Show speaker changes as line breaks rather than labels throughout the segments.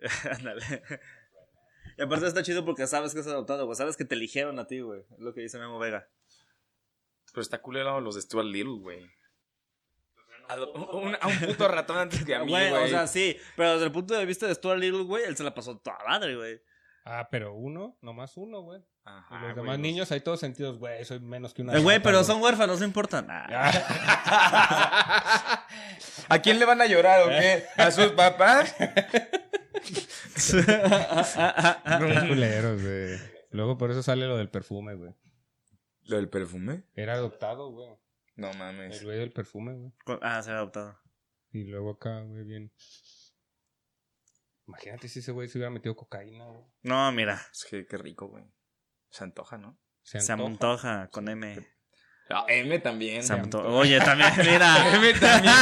Ándale. y aparte está chido porque sabes que es adoptado, güey. Sabes que te eligieron a ti, güey. Es lo que dice Memo Vega.
Pero está culero los de Stuart Little, güey. A, lo- un, a un puto ratón antes que a mí,
Güey,
güey.
o sea, sí. Pero desde el punto de vista de Stuart Little, güey, él se la pasó toda madre, güey.
Ah, pero uno, nomás uno, Ah, güey. Y
Ajá,
los
güey,
demás niños, hay todos sentidos, güey, soy menos que una.
Eh, Güey,
rata,
pero son huérfanos, no importa. Nah.
Ah,
¿A quién le van a llorar o qué? ¿A sus papás?
qué culeros, güey. Luego por eso sale lo del perfume, güey.
¿Lo del perfume?
Era adoptado, güey.
No
El
mames.
güey del perfume, güey.
ah, se ha adoptado.
Y luego acá, güey, bien. Imagínate si ese güey se hubiera metido cocaína, güey.
No, mira.
Es que qué rico, güey. Se antoja, ¿no?
Se amontoja con M.
Ah, M también.
Se
Sam-
amontoja. Oye, también, mira.
M también.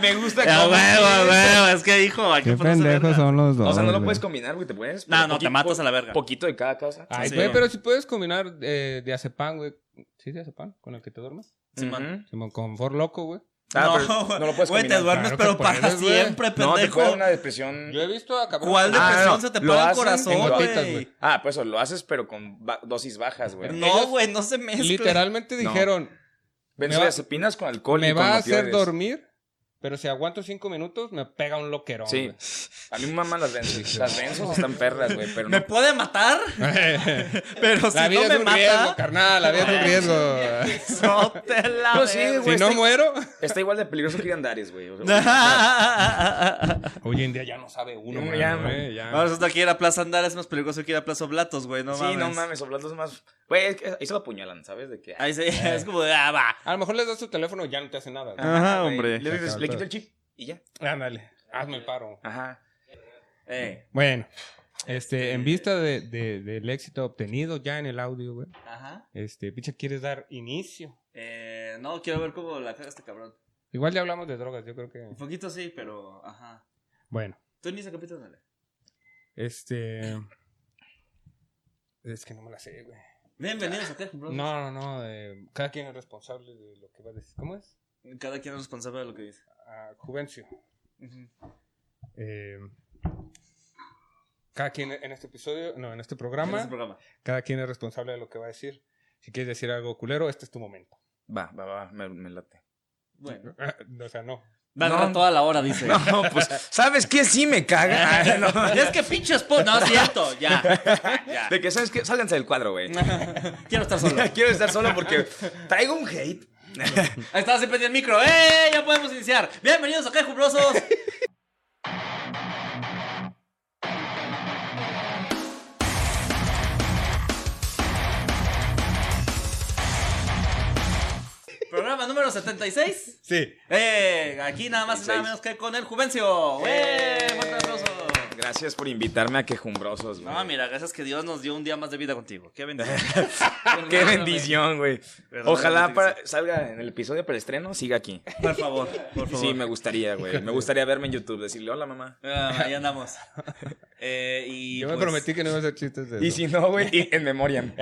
Me gusta
Eh,
cómo
huevo,
piensa.
huevo, es que hijo, hay que
Qué
ponerse
pendejos
verga.
son los dos.
O sea, no lo
güey.
puedes combinar, güey. Te puedes.
No,
pero
no, te
poqui-
matas
po-
a la verga.
Poquito de cada cosa.
Ay,
Sí.
güey, pero si puedes combinar eh, diazepam, güey. ¿Sí, diazepam? ¿Con el que te duermes?
Simón.
Ujú.
Simón, con For Loco, güey.
Ah, pero
No, güey,
no lo puedes
güey, te
combinar.
duermes,
Claro que
pero
puedes,
para
güey.
siempre,
No, te
pendejo.
puede dar una depresión.
Yo he visto a cabrón.
¿Cuál
Ah,
depresión
no,
se te
lo
para el
hacen
en
corazón,
gotitas,
güey?
güey.
Ah, pues eso lo haces, pero con ba- dosis bajas, güey.
No, güey, no se mezcla.
Literalmente
No.
dijeron,
Benzodiazepinas con alcohol y
me
con
va a hacer
opioides.
dormir, pero si aguanto cinco minutos, me pega un loquerón,
Sí.
güey.
A mí me maman las benzos. Las benzos están perras, güey, pero
Me
no.
puede matar, pero si
la vida
no
es
me
un
mata,
riesgo, carnal, la vida es un riesgo.
no te la
Pues sí,
ves.
güey.
si no
este-
muero.
Está igual de peligroso que ir a andares, güey. O sea,
Hoy en día ya no sabe uno,
No,
mano,
ya no.
eh, ya.
No, resulta que ir a Plaza Andar es más peligroso que ir a Plaza Oblatos, güey, no
sí,
mames.
no mames, oblatos más. Güey, es que ahí se lo apuñalan, ¿sabes? De que. "Ah,
Ahí se- es como de, ah, va.
A lo mejor les das tu teléfono y ya no te hace nada. güey.
Ah. ajá,
güey.
hombre.
Le,
Acá,
le
acá.
quito el chip y ya.
Ándale, hazme el paro.
Ajá.
Eh,
Bueno, este, en vista de- de- del éxito obtenido ya en el audio, güey,
Eh. ajá.
este, picha, ¿quieres dar inicio?
Eh, no, quiero ver cómo la caga este cabrón.
Igual ya hablamos de drogas, yo creo que...
Un poquito sí, pero, ajá.
Bueno,
Tú inicia capítulo, dale.
este... Es que no me la sé, güey.
Bienvenidos a Tejo, Brothers.
No, no, no, eh, cada quien es responsable de lo que va a decir. ¿Cómo es?
Cada quien es responsable de lo que dice.
Ah, Juvencio. Eh, cada quien en este episodio, no, en este
Ese
programa,
es el programa.
cada quien es responsable de lo que va a decir. Si quieres decir algo culero, este es tu momento. Ah,
Va, va, va, me, me late.
Bueno.
o sea, no.
Va a durar toda la hora, dice.
No, pues, ¿sabes qué? Sí me caga. Ah, no.
Es que pinches po... No, es cierto, ya. ya.
De que, ¿sabes qué? Sálganse del cuadro, güey.
Quiero estar solo.
Quiero estar solo porque traigo un hate.
Estaba siempre en el micro. ¡Eh! Ya podemos iniciar. Bienvenidos a Tejo, Brothers. Programa número 76.
Sí.
¡Eh! Aquí nada más y nada
16.
menos que con el Juvencio. ¡Eh! ¡Fuerte aplauso!
Gracias por invitarme a Quejumbrosos, güey.
No, mira, gracias que Dios nos dio un día más de vida contigo. ¡Qué bendición!
Qué bendición, güey.
Verdaderamente que
Ojalá
sí.
para- salga en el episodio para el estreno, siga aquí.
Por favor, por favor.
Sí, me gustaría, güey. Me gustaría verme en YouTube, decirle hola, mamá.
Ah, ahí andamos. Eh, y
Yo me
pues,
prometí que no iba a hacer chistes de
Y
eso.
si no, güey, y- en memoriam.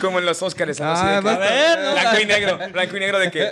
Como en los Óscares. ¿no? Así de
Ah,
que-
va-
A ver, no,
Blanco y negro, blanco y negro de que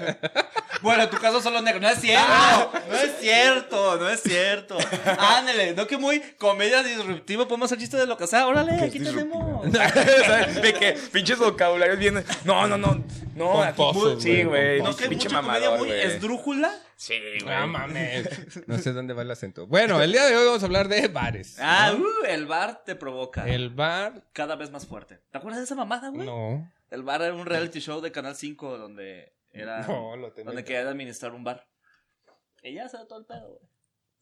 Bueno, en tu caso solo negro. No es cierto.
Ah,
No es cierto. No es cierto. Ándale, no que muy comedia disruptiva. Podemos hacer chistes de lo que sea. Órale, aquí tenemos.
¿sabes? de que pinches vocabularios bien. No, no, no. No, aquí-
Pomposos,
sí,
güey,
güey.
No que hay
pinche
mucha comedia
mamador,
muy
güey.
esdrújula.
Sí, güey.
No mames. No sé dónde va el acento. Bueno, el día de hoy vamos a hablar de bares.
Ah, uh, el bar te provoca.
El bar,
cada vez más fuerte. ¿Te acuerdas de esa mamada, güey?
no.
El bar era un reality show de Canal 5 donde era
No, lo tenía.
donde quería administrar un bar. Y ya se da todo el pedo, güey.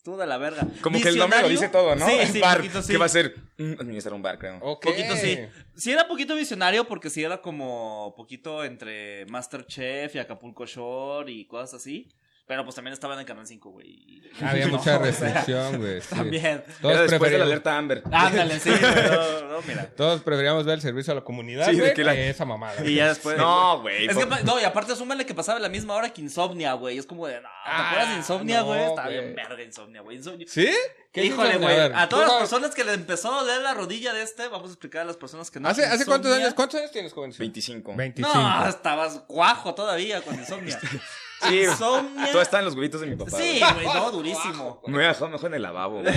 Tú de la verga.
Como que el nombre
Visionario.
lo dice todo, ¿no?
Sí,
El
sí,
bar.
poquito sí.
¿Qué va a ser? Mm, Administrar un bar, creo.
Ok.
Poquito sí. Sí era poquito visionario porque sí era como poquito entre Masterchef y Acapulco Shore y cosas así. Pero pues también estaban en Canal 5, güey. Y-
Ah,
Había
No,
mucha
o sea,
restricción, güey. sí.
También.
Era
Todos,
después de la
preferíamos,
alerta Amber.
Ándale, sí. pero no, mira.
todos preferíamos ver el servicio a la comunidad,
Sí, de
güey,
que la-
que esa mamada.
Y ya después.
No, güey.
Es que,
por-
pa- no, y aparte súmale que pasaba a la misma hora que Insomnia, güey. Es como de, no, ¿te
Ah,
acuerdas de Insomnia,
no,
güey? Estaba
güey.
bien verga Insomnia, güey. Insomnia.
¿Sí? ¿Qué
Híjole,
dices?
güey.
ver,
A todas
tú
las
sabes-
personas que le empezó a doler la rodilla de este, vamos a explicar a las personas que no.
¿Hace, ¿Hace cuántos
Insomnia-
años? ¿Cuántos años tienes, joven?
25.
25.
No, estabas cuajo todavía con Insomnia.
Sí,
Insomnia.
todo está en los huevitos de mi papá.
Ah, Sí,
güey.
güey, no, durísimo.
Me voy a dejar mejor en el lavabo, güey.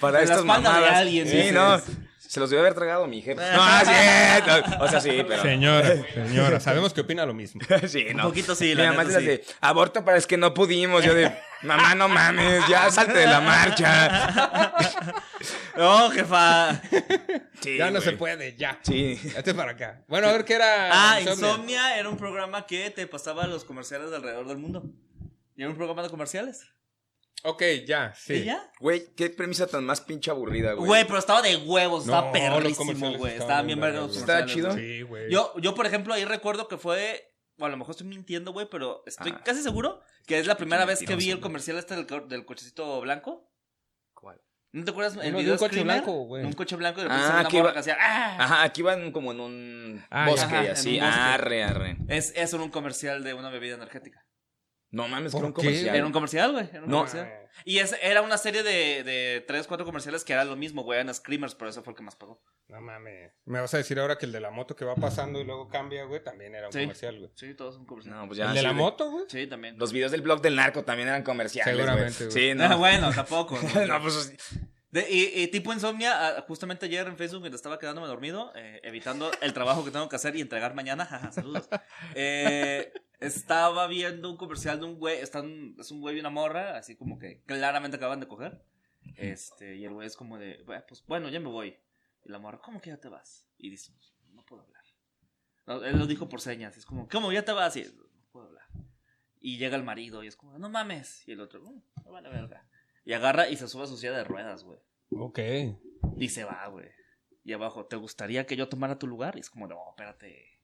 Para
la espalda
estas
de
mamadas.
alguien,
sí,
dices. Ah.
no. Se los debió haber tragado mi jefe. No, ah, sí. eh, no, O sea, sí, pero.
Señora, señora, sabemos que opina lo mismo.
Sí,
Un
no.
poquito sí,
Mi
la
mamá
neta,
es
sí.
de las de, aborto para es que no pudimos. Yo de, mamá, no mames, ya salte de la marcha.
No, jefa.
Sí,
ya no
güey.
se puede, ya.
Sí.
Vete para acá. Bueno, a ver qué era.
Ah,
Insomnia?
Insomnia era un programa que te pasaba los comerciales de alrededor del mundo. Y era un programa de comerciales.
Ok, ya, sí.
¿Y ya?
Güey, qué premisa tan más pinche aburrida, güey.
Güey, pero estaba de huevos,
No,
estaba
los
perrísimo,
comerciales
güey.
estaban
Estaba
bien
bien
verga,
verga. los
güey.
¿Estaba
comerciales,
chido?
güey.
Sí, güey.
Yo, yo, por ejemplo, ahí recuerdo que fue. O a lo mejor estoy mintiendo, güey, pero estoy
Ah.
casi seguro que es la primera vez que
mentiroso,
vi el
güey.
comercial este del, co- del cochecito blanco.
¿Cuál?
¿No te acuerdas? El
Uno de
video
un coche
Screamer?
blanco, güey.
Un coche blanco y de
Ah,
repente una
que
morra
iba-
que hacía, ¡ah!
Ajá, aquí van como en un
Ah, ya.
bosque
Ajá,
y así.
en un bosque.
Arre, arre.
Es, eso era un comercial de una bebida energética.
No mames,
¿Por
era un
qué?
comercial.
Era un comercial, güey. Era un
No.
comercial. Y es, era una serie de, de tres, cuatro comerciales que era lo mismo, güey. Eran Screamers, pero eso fue el que más pagó.
No mames. Me vas a decir ahora que el de la moto que va pasando y luego cambia, güey, también era un
Sí.
comercial, güey.
Sí, todos son comerciales.
No, pues ya.
¿El de
sí,
la
güey.
moto, güey?
Sí, también.
Los videos del blog del narco también eran comerciales. güey.
Seguramente, güey.
Sí,
Ah,
no.
bueno, tampoco. ¿no?
no, pues.
De- y, y tipo insomnia, ah, justamente ayer en Facebook mientras estaba quedándome dormido, eh, evitando el trabajo que tengo que hacer y entregar mañana, jaja, saludos. Eh, estaba viendo un comercial de un güey, están, es un güey y una morra, así como que claramente acaban de coger. Este, y el güey es como de, "Bueno, pues bueno, ya me voy. Y la morra, ¿cómo que ya te vas? Y dice, "Pues, no puedo hablar. No, él lo dijo por señas, es como, ¿cómo ya te vas? Y no puedo hablar. Y llega el marido y es como, no mames. Y el otro, "Mm, me vale verga. Y agarra y se sube a su silla de ruedas, güey.
Ok.
Y se va, güey. Y abajo, ¿te gustaría que yo tomara tu lugar? Y es como, no, espérate.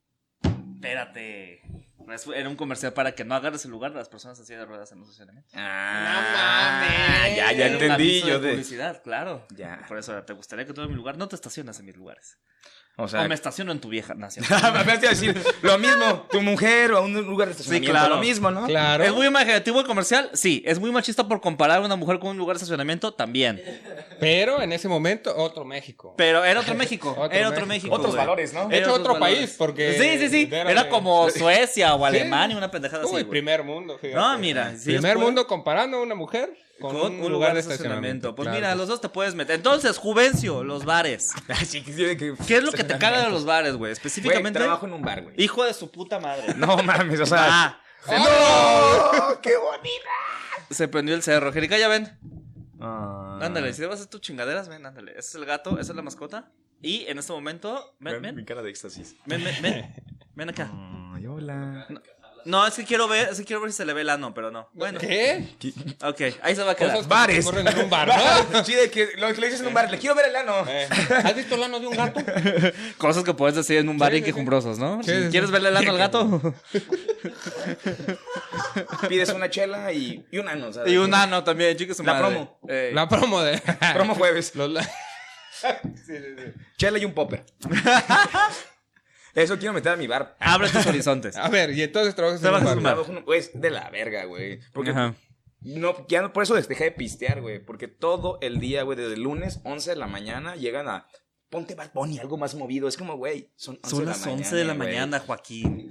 Espérate. No, es- Era un comercial para que no agarres el lugar de las personas así de ruedas en un estacionamiento.
Ah,
mames.
Ya, ya
Era un
entendí
aviso
yo
de
de.
publicidad, claro.
Ya.
Por eso, era, ¿te gustaría que tome mi lugar? No te estacionas en mis lugares.
O
O
sea.
me estaciono en tu vieja nación.
Me te iba a decir lo mismo, tu mujer o a un lugar de estacionamiento.
claro.
Lo mismo, ¿no?
Claro.
¿Es muy imaginativo el comercial? Sí. ¿Es muy machista por comparar a una mujer con un lugar de estacionamiento? También.
Pero en ese momento, otro México.
Pero era otro México.
Otro
era otro
México.
México.
Otros
güey.
valores, ¿no?
De hecho,
Era
otro
otros valores.
país, porque.
Sí, sí, sí.
de-
Era como Suecia o
Sí.
Alemania, una pendejada así.
Uy,
güey.
primer mundo, fíjate.
No, mira. sí,
primer
es-
mundo comparando a una mujer
eh, con, un lugar, de estacionamiento. Pues mira, los dos te puedes meter. Entonces, Juvencio, los bares.
Así que tiene que-
¿Qué es lo que te caga de los bares, güey?
Güey,
Específicamente,
trabajo en un bar, güey.
hijo de su puta madre.
No mames, o sea.
Ah,
¡Ah! ¡Oh,
¡No! ¡Qué bonita!
se prendió el cerro. Jerica, ya ven. Ándale, si te vas a hacer tus chingaderas, ven, ándale. Ese es el gato, esa es la mascota. Y en este momento, ven,
Mi
ven,
cara de éxtasis.
ven, ven, ven, ven acá.
Ay, hola.
No, es que quiero ver, es que quiero ver si se le ve el ano, pero no. Bueno,
¿Qué?
ok, ahí se va a quedar.
Cosas
Bares.
Corren en un bar, ¿no?
Sí, de que lo que le dices en un bar, le quiero ver el ano.
Eh, ¿Has visto el ano de un gato?
Cosas que puedes decir en un bar
Sí,
y
sí,
que
sí.
jumbrosos, ¿no?
Sí, sí, sí.
¿Quieres verle el ano al gato?
Pides una chela y, y un ano, o sea,
Y un ano también, chicos.
La promo.
Eh,
La promo de.
Promo jueves.
Los la-
Chela y un popper. Eso quiero meter a mi bar.
Abre tus horizontes.
A ver, y entonces trabajas en
Trabajas
un
en
bar.
bar.
Trabajo en un- güey, Es de la verga, güey. Porque
Ajá.
no, ya no, por eso les dejé de pistear, güey. Porque todo el día, güey, desde el lunes, 11 de la mañana, llegan a ponte Bad Bunny, algo más movido. Es como, güey, son 11
Son
de la
las
mañana.
11 de la
güey.
mañana, Joaquín.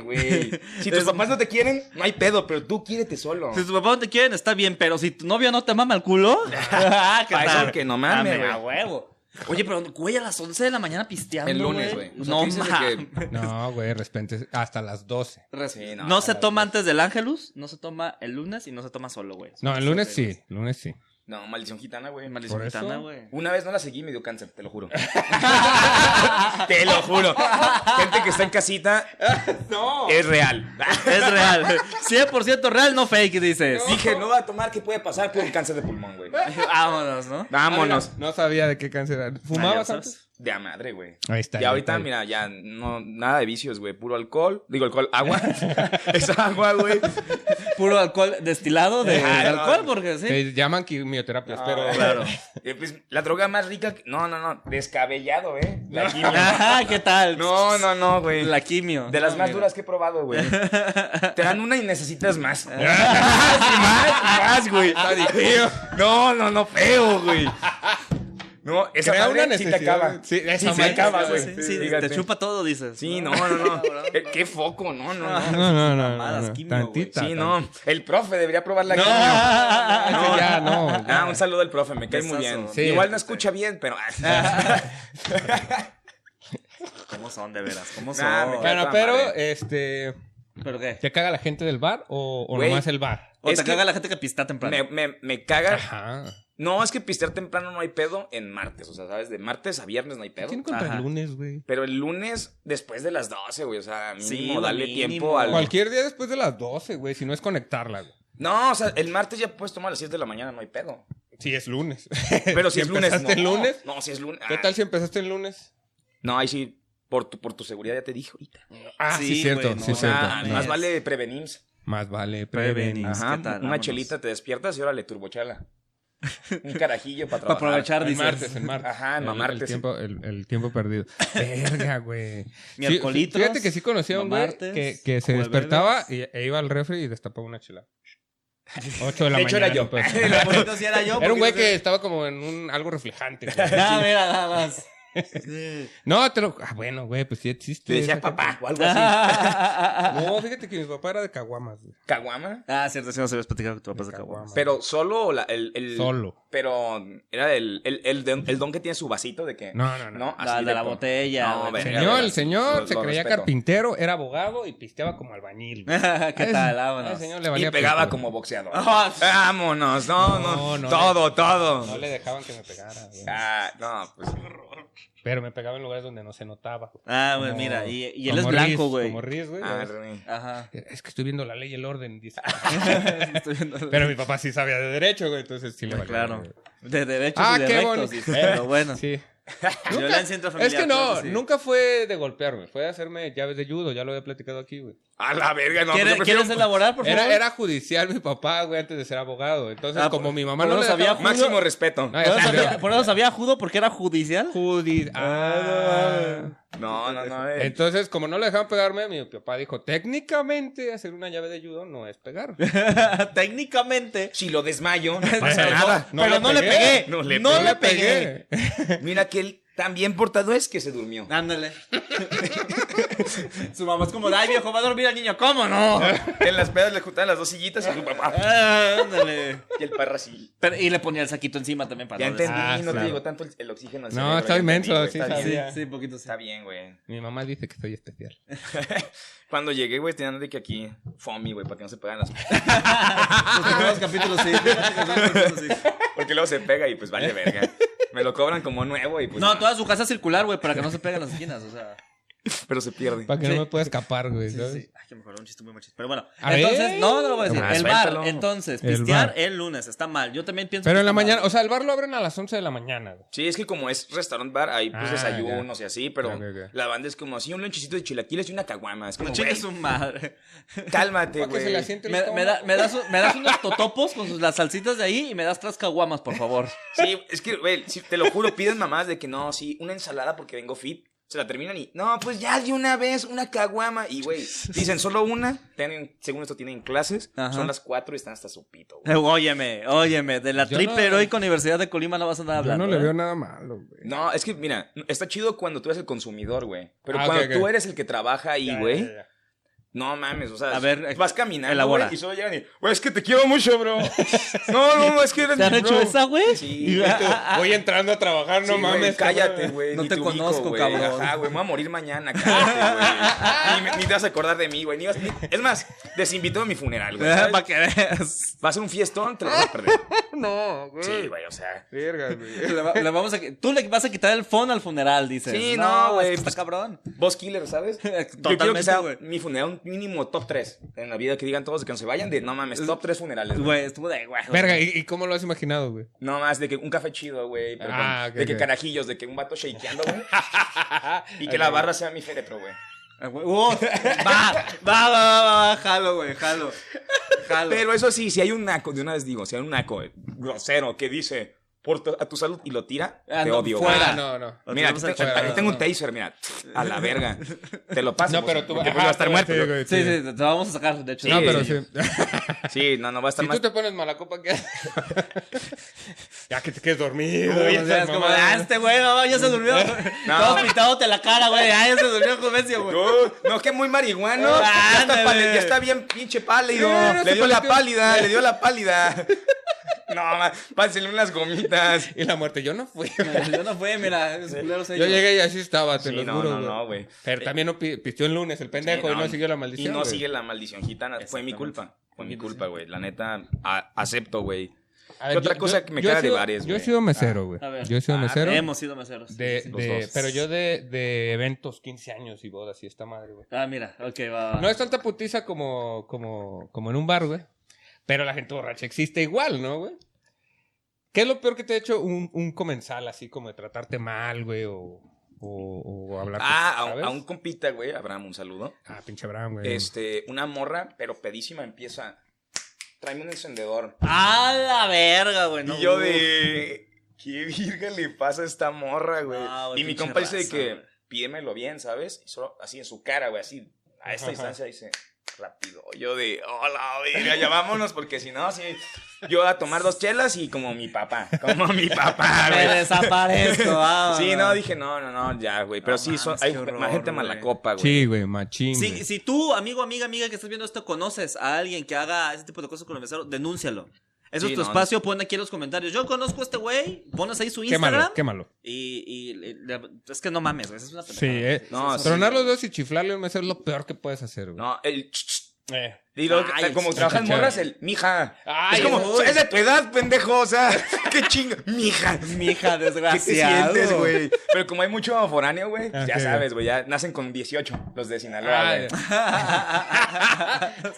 güey. Si tus papás no te quieren, no hay pedo, pero tú quiérete solo.
Si tus papás no te quieren, está bien, pero si tu novio no te mama el culo, ah, ¿qué
Pa' eso
tal?
que no mames,
Dame a
güey.
huevo. Oye, pero güey, a las 11 de la mañana pisteando.
El lunes, güey. O sea,
no
¿qué dices de que-
mames.
No, güey, de repente hasta las 12.
Sí,
No,
no,
se toma antes del Ángelus, no se toma el lunes y no se toma solo, güey.
No, el lunes sí, lunes sí.
No, maldición gitana, güey.
Maldición
Por eso-
gitana, güey.
Una vez no la seguí, me dio cáncer, te lo juro. te lo juro. Gente que está en casita
No.
Eh,
es real.
Es real. 100% real, no fake, dices.
Dije, no va a tomar, ¿qué puede pasar? Por un cáncer de pulmón, güey.
Vámonos, ¿no?
Vámonos.
No sabía de qué cáncer. era.
Ah, ya
¿Fumabas
sabes.
antes?
De a madre, güey.
Ahí está,
Y
ahí
ahorita,
está.
mira, ya no, nada de vicios, güey. Puro alcohol. Digo, alcohol, agua. es agua, güey.
Puro alcohol destilado de,
Ah,
de
no.
alcohol, porque sí. Ah,
Se llaman quimioterapias, pero.
claro. Eh, pues, la droga más rica. que- No, no, no. Descabellado, ¿eh? La quimio.
Ajá, ¿qué tal?
No, no, no, güey.
La quimio.
De las
Ah, No,
más
mira.
duras que he probado, güey. Te dan una y necesitas más. más,
Ah,
más, más, güey. No, no, no, feo, güey. No, esa
Crea
madre
una
sí
necesidad.
te acaba.
Sí, esa
sí,
madre.
acaba,
sí,
güey.
Sí, sí,
Fíjate.
te chupa todo, dices. Ah,
Sí, no, no, no.
Cabrón,
¿Qué, qué foco, no, no, no.
No, no, no.
Mamadas,
no,
quimio,
Tantita.
Sí, no. El profe debería probar la
No,
quimio.
no, ya, no. ya.
Ah, un saludo al profe, me cae muy
Besazo.
bien.
Sí.
Igual no escucha bien, pero. ah,
¿Cómo son, de veras? ¿Cómo son?
Nah, me cae-
Bueno,
Puta
pero,
madre.
este.
¿Pero qué?
¿Te caga la gente del bar o, o
Güey.
nomás el bar?
O
Es
te
que-
caga la gente que pista temprano.
me, me, me caga.
Ajá.
No, es que pistear temprano no hay pedo en martes. O sea, ¿sabes? De martes a viernes no hay pedo.
¿Quién contra
Ajá.
el lunes, güey?
Pero el lunes después de las 12, güey. O sea, mínimo
Sí, güey,
darle
mínimo.
tiempo al.
Cualquier día después de las 12, güey, si no es conectarla, güey.
No, o sea, el martes ya puedes tomar a las 7 de la mañana, no hay pedo.
Si es lunes.
Pero si, es lunes.
empezaste
no.
el lunes?
No, si es lunes.
¿Qué
ah,
tal si empezaste el lunes?
No, ahí sí, por tu, por tu seguridad ya te dije ahorita.
Ah, sí,
Sí,
cierto,
güey, no,
sí,
no,
cierto.
Ah,
no.
más vale prevenir.
Más vale
Prevenir.
prevenir.
Pues,
Ajá,
¿qué tal?
una
Vámonos.
chelita te despiertas y órale, turbochala. Un carajillo para
Para
trabajar.
aprovechar,
El
dices.
martes, el martes.
Ajá,
El-
mamartes,
El,
sí.
tiempo, el, el tiempo perdido. Verga, güey.
Mi
Sí,
alcoholitros,
Fíjate que sí conocí a un güey
mamartes,
que, que se
jueves.
despertaba y, e iba al refri y destapaba una chela. 8 de la
De hecho,
mañana.
era yo.
pues.
El alcoholito sí era yo.
Era
porque
un güey
no
que estaba como en un algo reflejante. güey.
sé- Nada, mira, nada más. Sí.
No, te lo. Ah, bueno, güey, pues sí existe.
Te decía
esa
papá o algo así.
ah,
No, fíjate que mi papá era de caguamas, güey.
¿Caguama?
cierto, si no sabías platicar que tu papá es de Caguama.
Pero solo o la- el, el-
Solo.
Pero era el, el, el, don- el don que tiene su vasito de que.
No, no, no.
así
La de la
como-
botella.
No,
güey.
verga,
Señor,
verga.
el señor
Lo-
se
lo
creía
respeto.
carpintero, era abogado y pisteaba como albañil. güey.
Eh, ¿Qué tal? Vámonos.
Al señor le
Y
valía
pegaba
pito.
como boxeador.
Ah,
Vámonos, no, no.
No, no,
todo, todo.
No le dejaban que me pegara. güey.
Ah, no, pues.
Pero me pegaba en lugares donde no se notaba.
Ah, güey,
Como-
mira. Y, y él es
como
blanco,
Riz,
güey. Ah,
Como Riz, güey.
arre.
Ajá.
Es que estoy viendo la ley y el orden. dice.
Estoy viendo-
Pero mi papá sí sabía de derecho, güey. Entonces sí le valía.
Ah, claro.
güey.
De derechos
Ah,
y de
qué
rectos,
bonito.
dice, pero bueno.
Sí.
Violencia intrafamiliar.
es que
claro
no,
sí.
nunca fue de golpearme. Fue de hacerme llaves de judo. Ya lo había platicado aquí, güey.
A la verga, no. pues
¿Quieres,
yo prefiero-
¿Quieres elaborar, por favor?
pues, Era, era judicial mi papá, güey, antes de ser abogado. Entonces,
Ah,
como
por-
mi mamá
por
no
lo
lo
sabía
sabía
ju-
Máximo respeto.
No,
Por eso
ya
sabía,
sabía.
por eso sabía judo, porque era judicial.
Judi-
Ah,
Ah.
No, no, no. eh.
Entonces, como no lo dejaban pegarme, mi papá dijo, técnicamente hacer una llave de judo no es pegar.
Técnicamente.
Si lo desmayo, no pasa
Pero no-
nada.
no
pero
le
no le
pegué.
pegué.
No le
No
pegué.
le pegué.
Mira que él tan bien portado es que se durmió.
Ándale. Su mamá es como, ay viejo, va a dormir al niño. ¿Cómo no?
En las pedas le juntaban las dos sillitas y su papá.
Ah, Ándale.
Y el parra así.
Pero- y le ponía el saquito encima también para
Ya
no
entendí,
Ah,
no te
claro.
llegó tanto el, el oxígeno al
No,
cerebro,
está
ya entendí,
inmenso,
güey,
sí,
está
está
bien.
Sí,
sabía.
sí, poquito sí.
Está bien, güey.
mi mamá dice que soy especial.
Cuando llegué, güey, tenían de que aquí, foamy, güey, para que no se pegan las.
Los primeros capítulos sí. Los primeros capítulos, sí.
Porque luego se pega y pues vale verga. Me lo cobran como nuevo y pues.
No,
nah,
toda su casa circular, güey, para que no se peguen las esquinas, o sea.
Pero se pierde.
Para que
Sí.
no me pueda escapar, güey.
Sí,
¿sabes?
sí. Ay, que me acordé de un chiste muy machista. Pero bueno,
A
entonces,
ver.
no, no lo voy a decir.
Ah,
el
suéltalo.
bar, entonces,
El
pistear
bar.
el lunes, está mal. Yo también pienso
Pero
que
en la
está mal.
mañana, o sea, el bar lo abren a las 11 de la mañana, güey.
Sí, es que como es restaurant bar, ahí pues
Ah,
desayunos y así, pero
Ok, ok. Ah,
la banda es como así, un lonchecito de chilaquiles y una caguama. Es como,
No chingue
güey,
su madre.
cálmate,
Para que se le
güey.
asiente el
Me, me da-
estómago.
me das, un- me das unos totopos con sus- las salsitas de ahí y me das tres caguamas, por favor.
Sí, es que, güey, sí, te lo juro, piden mamás de que no, sí, una ensalada porque vengo fit. Se la terminan y, no, pues ya de una vez, una caguama. Y, güey, dicen solo una. Tienen, según esto, tienen clases.
Ajá.
Son las cuatro y están hasta su pito, güey.
Eh, Óyeme, óyeme, de la
Yo
triple
no-
heroica Universidad de Colima no vas a andar
Yo
hablando.
no le
¿eh?
veo nada malo, güey.
No, es que, mira, está chido cuando tú eres el consumidor, güey. Pero
Ah, ok,
cuando
ok.
tú eres el que trabaja ahí,
Ya,
güey,
ya, ya.
no mames, o sea,
A ver,
vas caminando
elabora.
güey, y solo llegan y, güey, es que te quiero mucho, bro. no, no, no, es que eres
¿Te han
mi
hecho
bro.
esa, güey?
Sí,
Y-
güey,
ah, ah, ah.
Voy entrando a trabajar, no
Sí, güey,
mames.
cállate,
cabrón.
güey.
No
ni
te
ubico,
conozco,
güey.
cabrón.
Ajá, güey, me voy a morir mañana, cállate, güey. Ni, me- ni te vas a acordar de mí, güey. ni vas- ni- Es más, desinvito a mi funeral, güey. ¿sabes?
Para Eh, que veas.
Va a ser un fiestón, te lo vas a perder.
No, güey.
Sí, güey, o sea.
Verga, güey.
Le va- le vamos a qui- tú le vas a quitar el phone al funeral, dices.
Sí,
No,
no, güey,
es que Está
pues-
cabrón.
Boss Killer, ¿sabes? Yo quiero que
Totalmente,
sea
güey.
mi funeral un mínimo top 3 en la vida que digan todos de que no se vayan de no mames, top 3 funerales. güey.
Güey, estuvo de güey.
Verga, ¿y, y cómo lo has imaginado, güey?
No más de que un café chido, güey. pero
Ah,
con-
ok,
de que
ok.
carajillos, de que un vato shakeando, güey. y que la barra sea mi féretro, güey.
Ah, güey. Uh, va, va, va, va, va, jalo, güey, jalo. Jalo.
Pero eso sí, si hay un naco, de una vez digo, si hay un naco eh, grosero que dice, por tu- a tu salud y lo tira,
Ah,
te
no,
odio. güey.
fuera.
Ah, no, no.
Lo
Mira, aquí,
tiramos al
te-
chorro.
aquí tengo un taser, mira. A la verga. Te lo paso.
No,
pues,
pero tú.
porque
ajá,
pues va a estar
te-
muerto.
te
pero-
digo,
Sí,
sí.
sí, te vamos a sacar, de hecho.
No,
Sí.
pero sí.
Sí, no, no va a estar
Si
más.
tú te pones mala copa, ¿qué? ya que te quedes dormido.
Uy,
no
o sea,
seas
es como,
mamada.
ah, este güey, no, ya se durmió. Todos pintándote la cara, güey. Ah, ya se durmió con Messi, güey.
No, no, que muy marihuano.
Ah,
ya, está
ándale.
pali- ya está bien pinche pálido.
Sí, no, no,
le
se
dio la
palió.
pálida, le dio la pálida. No, ma, pásenle unas gomitas.
Y la muerte, yo no fui.
Yo no fue, mira, los culeros
Yo
ellos.
llegué y así estaba, te
Sí,
lo
no,
juro.
no,
güey.
no, güey.
Pero también no pi- pisteó el lunes el pendejo
Sí,
y no siguió la maldición.
Y no
güey.
sigue la maldición gitana. Fue mi
Exactamente.
culpa. Fue mi culpa, güey. La neta, a- acepto, güey.
A
¿Qué otra cosa que me
yo he
caga de
sido-
bares,
Yo he
güey?
sido mesero, güey. Ah.
A ver.
Yo he sido
Ah,
mesero.
Hemos sido meseros.
de,
Sí, sí.
los
de-
dos.
pero yo de, de eventos, 15 años y bodas y esta madre, güey.
Ah, mira, ok, va. va.
No es tanta putiza como, como, como en un bar, güey. Pero la gente borracha existe igual, ¿no, güey? ¿Qué es lo peor que te ha hecho un, un comensal así como de tratarte mal, güey? O, o, o hablar
Ah, a, un-
¿sabes?
a un compita, güey. Abraham, un saludo.
Ah, pinche Abraham, güey.
Este, una morra, pero pedísima, empieza. Tráeme un encendedor.
A la verga, güey. no, uh.
y yo
uf.
de. ¿Qué virga le pasa a esta morra, güey?
Ah, güey,
y mi
pinche
compa dice de
raza,
que
güey.
pídemelo bien, ¿sabes? Y solo así en su cara, güey, así a esta
Ajá.
distancia dice rápido. Yo de, hola, virga, ya vámonos, porque si no, sí. Yo a tomar dos chelas y como mi papá, como mi papá,
Me
güey.
desaparezco, va, va,
Sí,
va.
no, dije, no, no, no, ya, güey. Pero
No
sí,
mames,
son, hay
qué horror,
más gente mala
güey.
copa, güey.
Sí, güey, machín.
Si,
güey.
si tú, amigo, amiga, amiga que estás viendo esto, conoces a alguien que haga ese tipo de cosas con los meseros, denúncialo. Eso
Sí,
es tu
no.
espacio, pon aquí en los comentarios. Yo conozco a este güey, pones ahí su
Quémalo,
Instagram.
quémalo.
Y, y le- le- es que no mames, güey, es una
Sí,
pendejada.
eh.
No, sí.
Tronar los dedos y chiflarle a un mesero es lo peor que puedes hacer, güey.
No, el. ch- ch-
Eh.
Y luego,
Ay,
como
el
trabajan
chicharo.
morras, el mija.
Ay,
es como,
uy.
es de tu edad, pendejo. O sea, qué chinga. Mija.
Mija,
¿Qué te
desgraciado.
sientes, güey? Pero como hay mucho foráneo, güey, pues ya
Ok. Ah,
sabes, güey. Ya nacen con 18 los de Sinaloa,
Ay.
güey.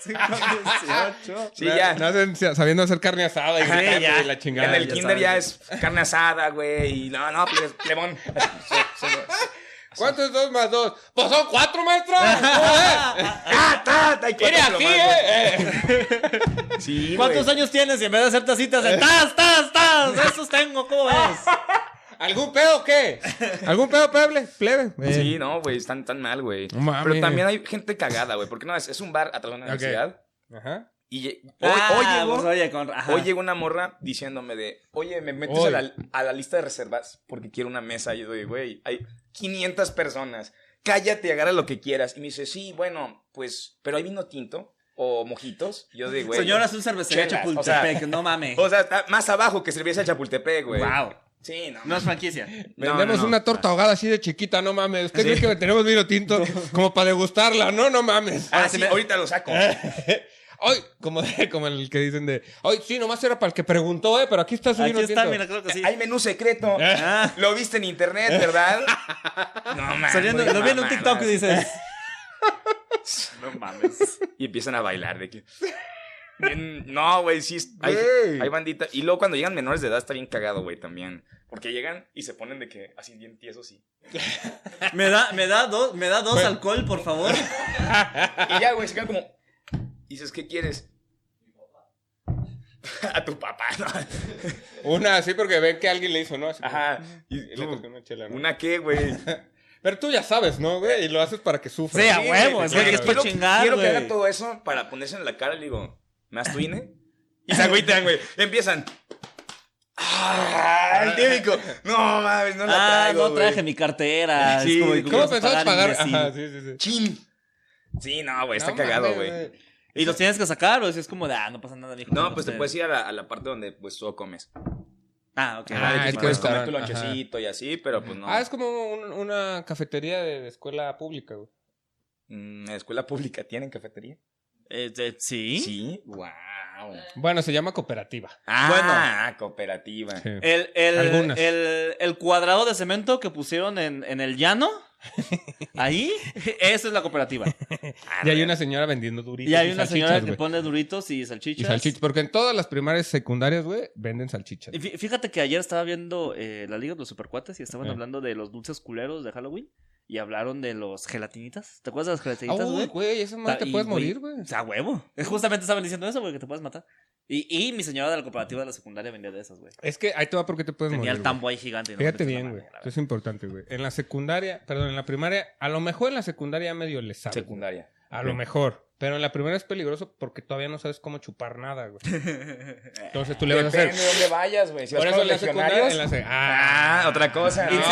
Sí, con 18.
Sí,
Na-
ya.
Nacen sa- sabiendo hacer carne asada y,
Sí,
gritar,
ya.
güey, la chingada.
en el
ya
kinder ya es
sabes.
carne asada, güey. Y no, no, ple- plebón.
¿Cuánto es dos más dos? Pues son cuatro, maestra. Joder.
¡Ah, ta! ta y
Viene
cuatro
aquí,
plomas, güey.
eh.
Sí,
¿Cuántos
güey.
años tienes? Y en vez de hacer tacitas de tas, tas, tas, esos tengo, ¿cómo ves?
¿Algún pedo o qué? ¿Algún pedo, peble? Plebe. Eh.
Sí, no, güey, están tan mal, güey.
No mames.
Pero también hay gente cagada, güey. Porque no, es, es un bar atrás de una
Ok.
universidad.
Ajá.
Y lle- hoy, hoy
Ah,
llegó-
pues, oye, con. ajá.
Hoy llegó una morra diciéndome de, oye, me metes a
Hoy.
la, a la lista de reservas porque quiero una mesa. Y yo digo, güey, hay 500 personas. Cállate, agarra lo que quieras. Y me dice, sí, bueno, pues, pero hay vino tinto o mojitos. Y yo digo, güey.
Señoras, un cervecero de
chelas,
Chapultepec,
o sea-
no mames.
O sea, está más abajo que cerveza de Chapultepec, güey.
wow.
Sí, no.
No es franquicia.
No,
Vendemos
no, no.
una torta ahogada así de chiquita, no mames. ¿Usted
Sí.
cree que tenemos vino tinto como para degustarla? No, no mames.
Ah,
Ahora
sí,
sí me- Ah,
ahorita lo saco.
Hoy, como, como el que dicen de. Hoy sí, nomás era para el que preguntó, eh, pero aquí está su
Aquí
vino
está,
tinto.
mira, creo que sí.
Hay menú secreto.
Ah,
Lo viste en internet, ¿verdad? No mames.
saliendo, lo vi en un
mamadas.
TikTok y dices. No mames.
Y empiezan a bailar de que. Bien- No, güey, sí. es- Hay,
Güey.
hay bandita. Y luego cuando llegan menores de edad está bien cagado, güey, también. Porque llegan y se ponen de que así bien tiesos y.
Me da, me da dos, me da dos
Bueno.
alcohol, por favor.
Y ya, güey, se quedan como. Y dices, ¿qué quieres? A tu papá, ¿no?
Una así porque ven que alguien le hizo, ¿no? Así como-
Ajá. Y
Y le
tú,
toca una chela, ¿no?
¿Una qué, güey?
Pero tú ya sabes, ¿no, güey? Y lo haces para que sufra.
Sí, a
Sí,
huevo,
güey,
es lo que
claro.
es para
Quiero-
chingar,
Quiero que
güey.
haga todo eso para ponerse en la cara, le digo, ¿me has tu INE? Y se agüitan, güey. Y empiezan. ¡Ah! El típico. No mames, no la
Ah,
traigo.
no
güey.
traje mi cartera.
Sí,
como que
¿Cómo
vas a
pensabas pagar?
imbécil.
Ajá, sí, sí, sí.
Chin. Sí, no, güey, está
No
cagado,
mames,
güey.
¿Y los tienes que sacar o si es como de, ah, no pasa nada, mijo?
No, pues te puedes
ir.
ir a la, a la parte donde pues tú comes.
Ah, ok.
Ah,
Ah,
es
que
que
puedes
está-
comer tu
ajá.
lonchecito y así, pero pues no.
Ah, es como un- una cafetería de, de escuela pública, güey.
Mm, ¿en escuela pública tienen cafetería?
Eh, eh, sí.
Sí. Wow.
Bueno, se llama cooperativa.
Ah, cooperativa.
El, el,
Algunas.
el, el cuadrado de cemento que pusieron en, en el llano, ahí, esa es la cooperativa.
Ah,
Y hay una señora vendiendo duritos.
Y hay una
salchichas,
señora que
güey.
pone duritos y
Y
salchichas.
salchichas. Porque en todas las primarias y secundarias, güey, venden salchichas.
Y fí- Fíjate que ayer estaba viendo eh, la Liga de los Supercuates y estaban
Eh.
hablando de los dulces culeros de Halloween y hablaron de los gelatinitas. ¿Te acuerdas de las
Ah,
gelatinitas,
Uy,
güey?
güey, esa madre
Ta-
te
y,
puedes morir, güey.
O sea, huevo. Justamente estaban diciendo eso, güey, que te puedes matar. Y, y mi señora de la cooperativa de la secundaria vendía de esas, güey.
Es que ahí te va porque te puedes
Tenía
morir.
el
güey.
tambo ahí gigante. y no me
Pues Fíjate
metí la
bien,
mano,
güey.
la
Eso
verdad.
es importante, güey. En la secundaria, perdón, en la primaria, a lo mejor en la secundaria ya medio le sabes.
Secundaria.
A lo
Mm.
Ok.
mejor. Pero en la primera es peligroso porque todavía no sabes cómo chupar nada, güey. Entonces tú le vas a hacer.
Depende de dónde vayas, güey. Si vas
Por
con los
eso en la secundaria.
legionarios.
en la sec-
Ah,
Ah,
otra cosa.
Y
¿no?
se-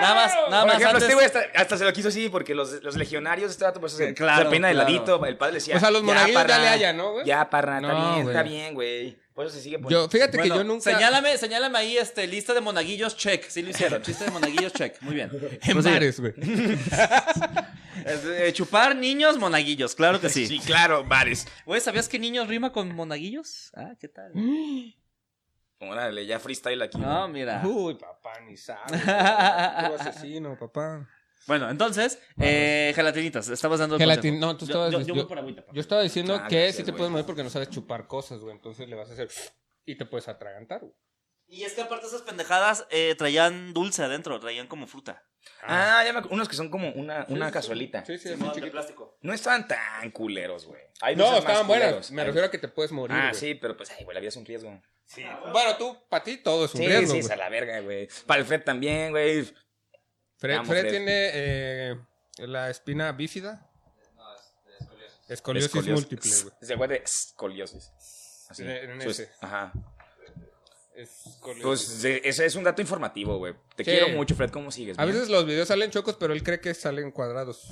Nada más, nada
Por
más
ejemplo,
antes-
este güey hasta, hasta se lo quiso así porque los, los legionarios, este vato, pues se,
Claro,
se peina de
claro.
ladito. El padre le decía.
O sea, los
"Ya,
monaguillos
parra,
dale allá, ¿no, güey?
Ya, parra, está
No,
bien,
güey.
está bien, güey. Por eso se sigue poniendo.
Yo, fíjate
Bueno,
este que yo nunca.
Señálame, señálame ahí, este, lista de monaguillos, check. Sí lo hicieron. Lista de monaguillos, check. Muy bien.
En
Prosigue.
bares, güey.
Es, eh, chupar niños, monaguillos, claro que sí.
Sí, claro, bares.
Güey, ¿sabías que niños rima con monaguillos? Ah, ¿qué tal?
Mm.
Órale, ya freestyle aquí.
No,
güey.
mira.
Uy, papá, ni sabes. güey. Puro asesino, papá.
Bueno, entonces, eh, gelatinitas, estabas dando el consejo.
Gelatin- no,
Yo-
tú estabas-
Yo, yo, voy
yo-
por agüita, papá.
Yo estaba diciendo
Ah,
que
gracias,
sí te
güey.
puedes mover porque no sabes chupar cosas, güey. Entonces le vas a hacer y te puedes atragantar, güey.
Y es que aparte esas pendejadas eh, traían dulce adentro, traían como fruta.
Ah, ya me acu- Unos que son como una,
Sí,
una
sí,
cazuelita.
Sí, sí,
de
así
mo- de
chiquito.
plástico.
No estaban tan culeros, güey. Hay dulces
No,
más
estaban buenas.
culeros.
Me
Hay-
refiero a que te puedes morir.
Ah,
güey.
sí, pero pues, ay, güey, la vida es un riesgo.
Bueno, tú, para ti todo es un
Sí,
riesgo.
sí,
güey.
a la verga, güey. Para el Fred también, güey.
Fred,
Amo
Fred
Fred.
tiene eh, la espina bífida. Escoliosis, múltiple, güey.
Se acuerda de escoliosis. Así.
En- en
Su es-
ese.
Ajá.
Escoliosis.
Pues de- ese es un dato informativo, güey. Te
Sí.
quiero mucho, Fred. ¿Cómo sigues?
A
güey?
veces los videos salen chocos, pero él cree que salen cuadrados.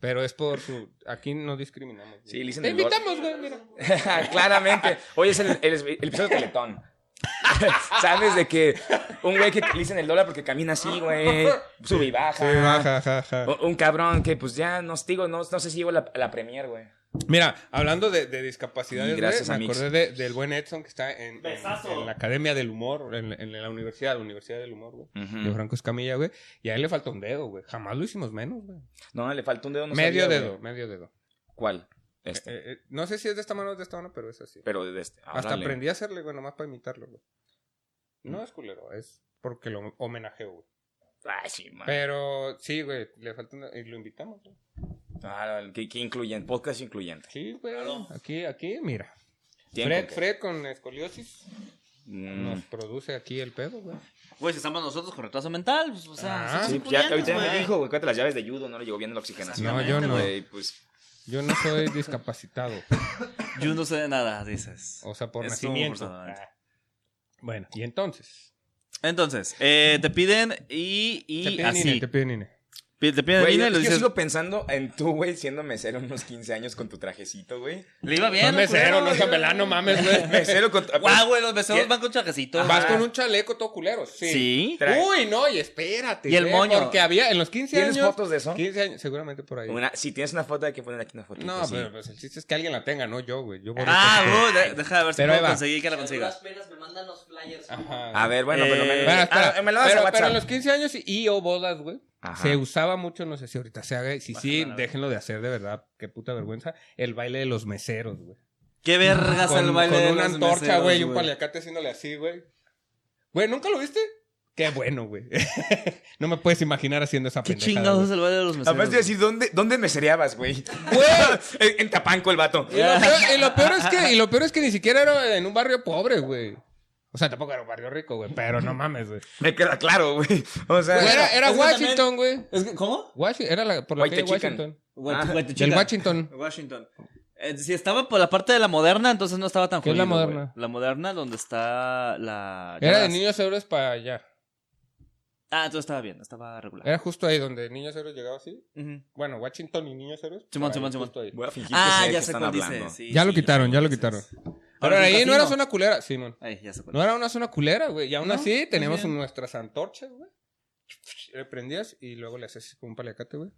Pero es por su... Aquí no discriminamos. güey.
Sí, le dicen
Te
el gordo.
invitamos, güey, mira.
Claramente. Hoy es el, el, el episodio de Teletón. ¿Sabes de que un güey que le dicen el dólar porque camina así, güey? Sube y baja.
Sí, baja, ja, ja.
Un- Un cabrón que pues ya no digo, no, no sé si llevo la, la premier, güey.
Mira, hablando de, de discapacidades,
Y gracias,
güey, me
amigos.
acordé de- del buen Edson que está en, en-
Besazo.
en la Academia del Humor, en, en la universidad, la Universidad del Humor, güey.
Mm.
De Franco Escamilla, güey. Y a él le falta un dedo, güey. Jamás lo hicimos menos, güey.
No, le faltó un dedo. No
medio
sabía,
dedo,
güey.
medio dedo.
¿Cuál? Este.
Eh, eh, no sé si es de esta mano o de esta mano, pero es así.
Pero de este. Ah,
Hasta
órale.
aprendí a hacerle, güey, nomás para imitarlo, güey.
Mm.
No es culero, es porque lo homenajeo, güey.
Ay, sí,
Ah.
man.
Pero sí, güey, le falta un... Y lo invitamos, güey.
Ah, qué, qué incluyente. Podcast incluyente.
Sí, güey.
Claro.
Aquí, aquí, mira.
Tienen
Fred,
con qué.
Fred con escoliosis
Mm.
nos produce aquí el pedo, güey.
Güey, si estamos nosotros con retraso mental, pues, o sea,
Ah,
estamos
Sí, pues, ya,
suponiendo,
ahorita me
güey.
dijo, güey, cuéntate las llaves de judo, no le llegó bien la oxigenación.
No, yo no.
Güey, pues,
Yo no soy discapacitado.
Yo no sé de nada, dices.
O sea, por
Es como
nacimiento.
forzadamente.
Ah. Bueno, y entonces.
Entonces, eh, te piden y, y
te piden
así.
INE, te piden INE.
Pi- te piden
güey,
INE
yo,
y lo
yo
dices.
sigo pensando en tú, güey, siendo mesero unos 15 años con tu trajecito, güey.
Le iba bien.
No es mesero,
culero,
no es
güey.
chambelán, no mames, güey.
Mesero con...
Guau, güey, los meseros
¿Qué?
van con chajecito.
Ah, Vas con un chaleco todo culero. Sí.
Sí.
Trae-
Uy, no, y espérate.
Y el
güey,
moño.
Porque había en los 15
¿Tienes
años.
fotos de eso?
15 años, seguramente por ahí.
Una, si tienes una foto, hay que poner aquí una foto.
No,
pues, sí.
pero pues, el chiste es que alguien la tenga, no yo, güey. Yo borré
Ah,
todo.
güey, de- deja de ver si
Pero ahí
puedo
va.
conseguir que la
Las
consigas.
penas me mandan los flyers.
Ajá.
A ver, bueno, pero...
Eh,
Me,
Bueno, espera.
ah, me lo das
pero,
a
pero
WhatsApp.
en los 15 años y, y o bodas, güey.
Ajá.
Se usaba mucho, no sé si ahorita se haga. y Si sí,
Bájala, güey.
déjenlo de hacer de verdad. Qué puta vergüenza. El baile de los meseros, güey.
Qué vergas
con,
el baile
con
de
una
los
antorcha,
meseros,
güey, y un paliacate haciéndole así, güey. Güey, ¿nunca lo viste? Qué bueno, güey. no me puedes imaginar haciendo esa
Qué
pendejada,
chingados es
güey.
el baile de los meseros.
Además te iba a pues, decir, ¿dónde, dónde mesereabas, güey? en, en Tapanco, el vato.
Y lo, peor, y lo peor es que, y lo peor es que ni siquiera era en un barrio pobre, güey. O sea, tampoco era un barrio rico, güey, pero no mames, güey.
Me queda claro, güey. O sea...
Güey, Era, era
es que
Washington, güey.
Es que- ¿Cómo?
Washi- Era la, por la
White
calle
Chicken.
Washington.
Guate-
Ah,
guate-
El
chica.
Washington.
Washington. Eh, si estaba por la parte de la moderna, entonces no estaba tan
¿Qué
jodido.
es la
güey.
moderna?
La moderna, donde está la.
Era de
las-
niños euros para allá.
Ah, entonces estaba bien, estaba regular.
Era justo ahí donde niños euros llegaba así.
Ujú.
Bueno, Washington y niños euros.
Simón,
por ahí,
Simón, Simón.
justo ahí.
Voy a fingir que
Ah,
sé
ya
que
sé
están
cuál dice.
hablando.
sí,
Ya lo
sí,
quitaron, ya lo
dices.
quitaron.
Ahora
Pero
es un
ahí no era
casino.
zona culera, Simón.
Ay, ya sé cuál
No era una zona culera, güey. Y aún
No,
así
está
teníamos
bien.
nuestras antorchas, güey. Le prendías y luego le hacías con un paliacate, güey.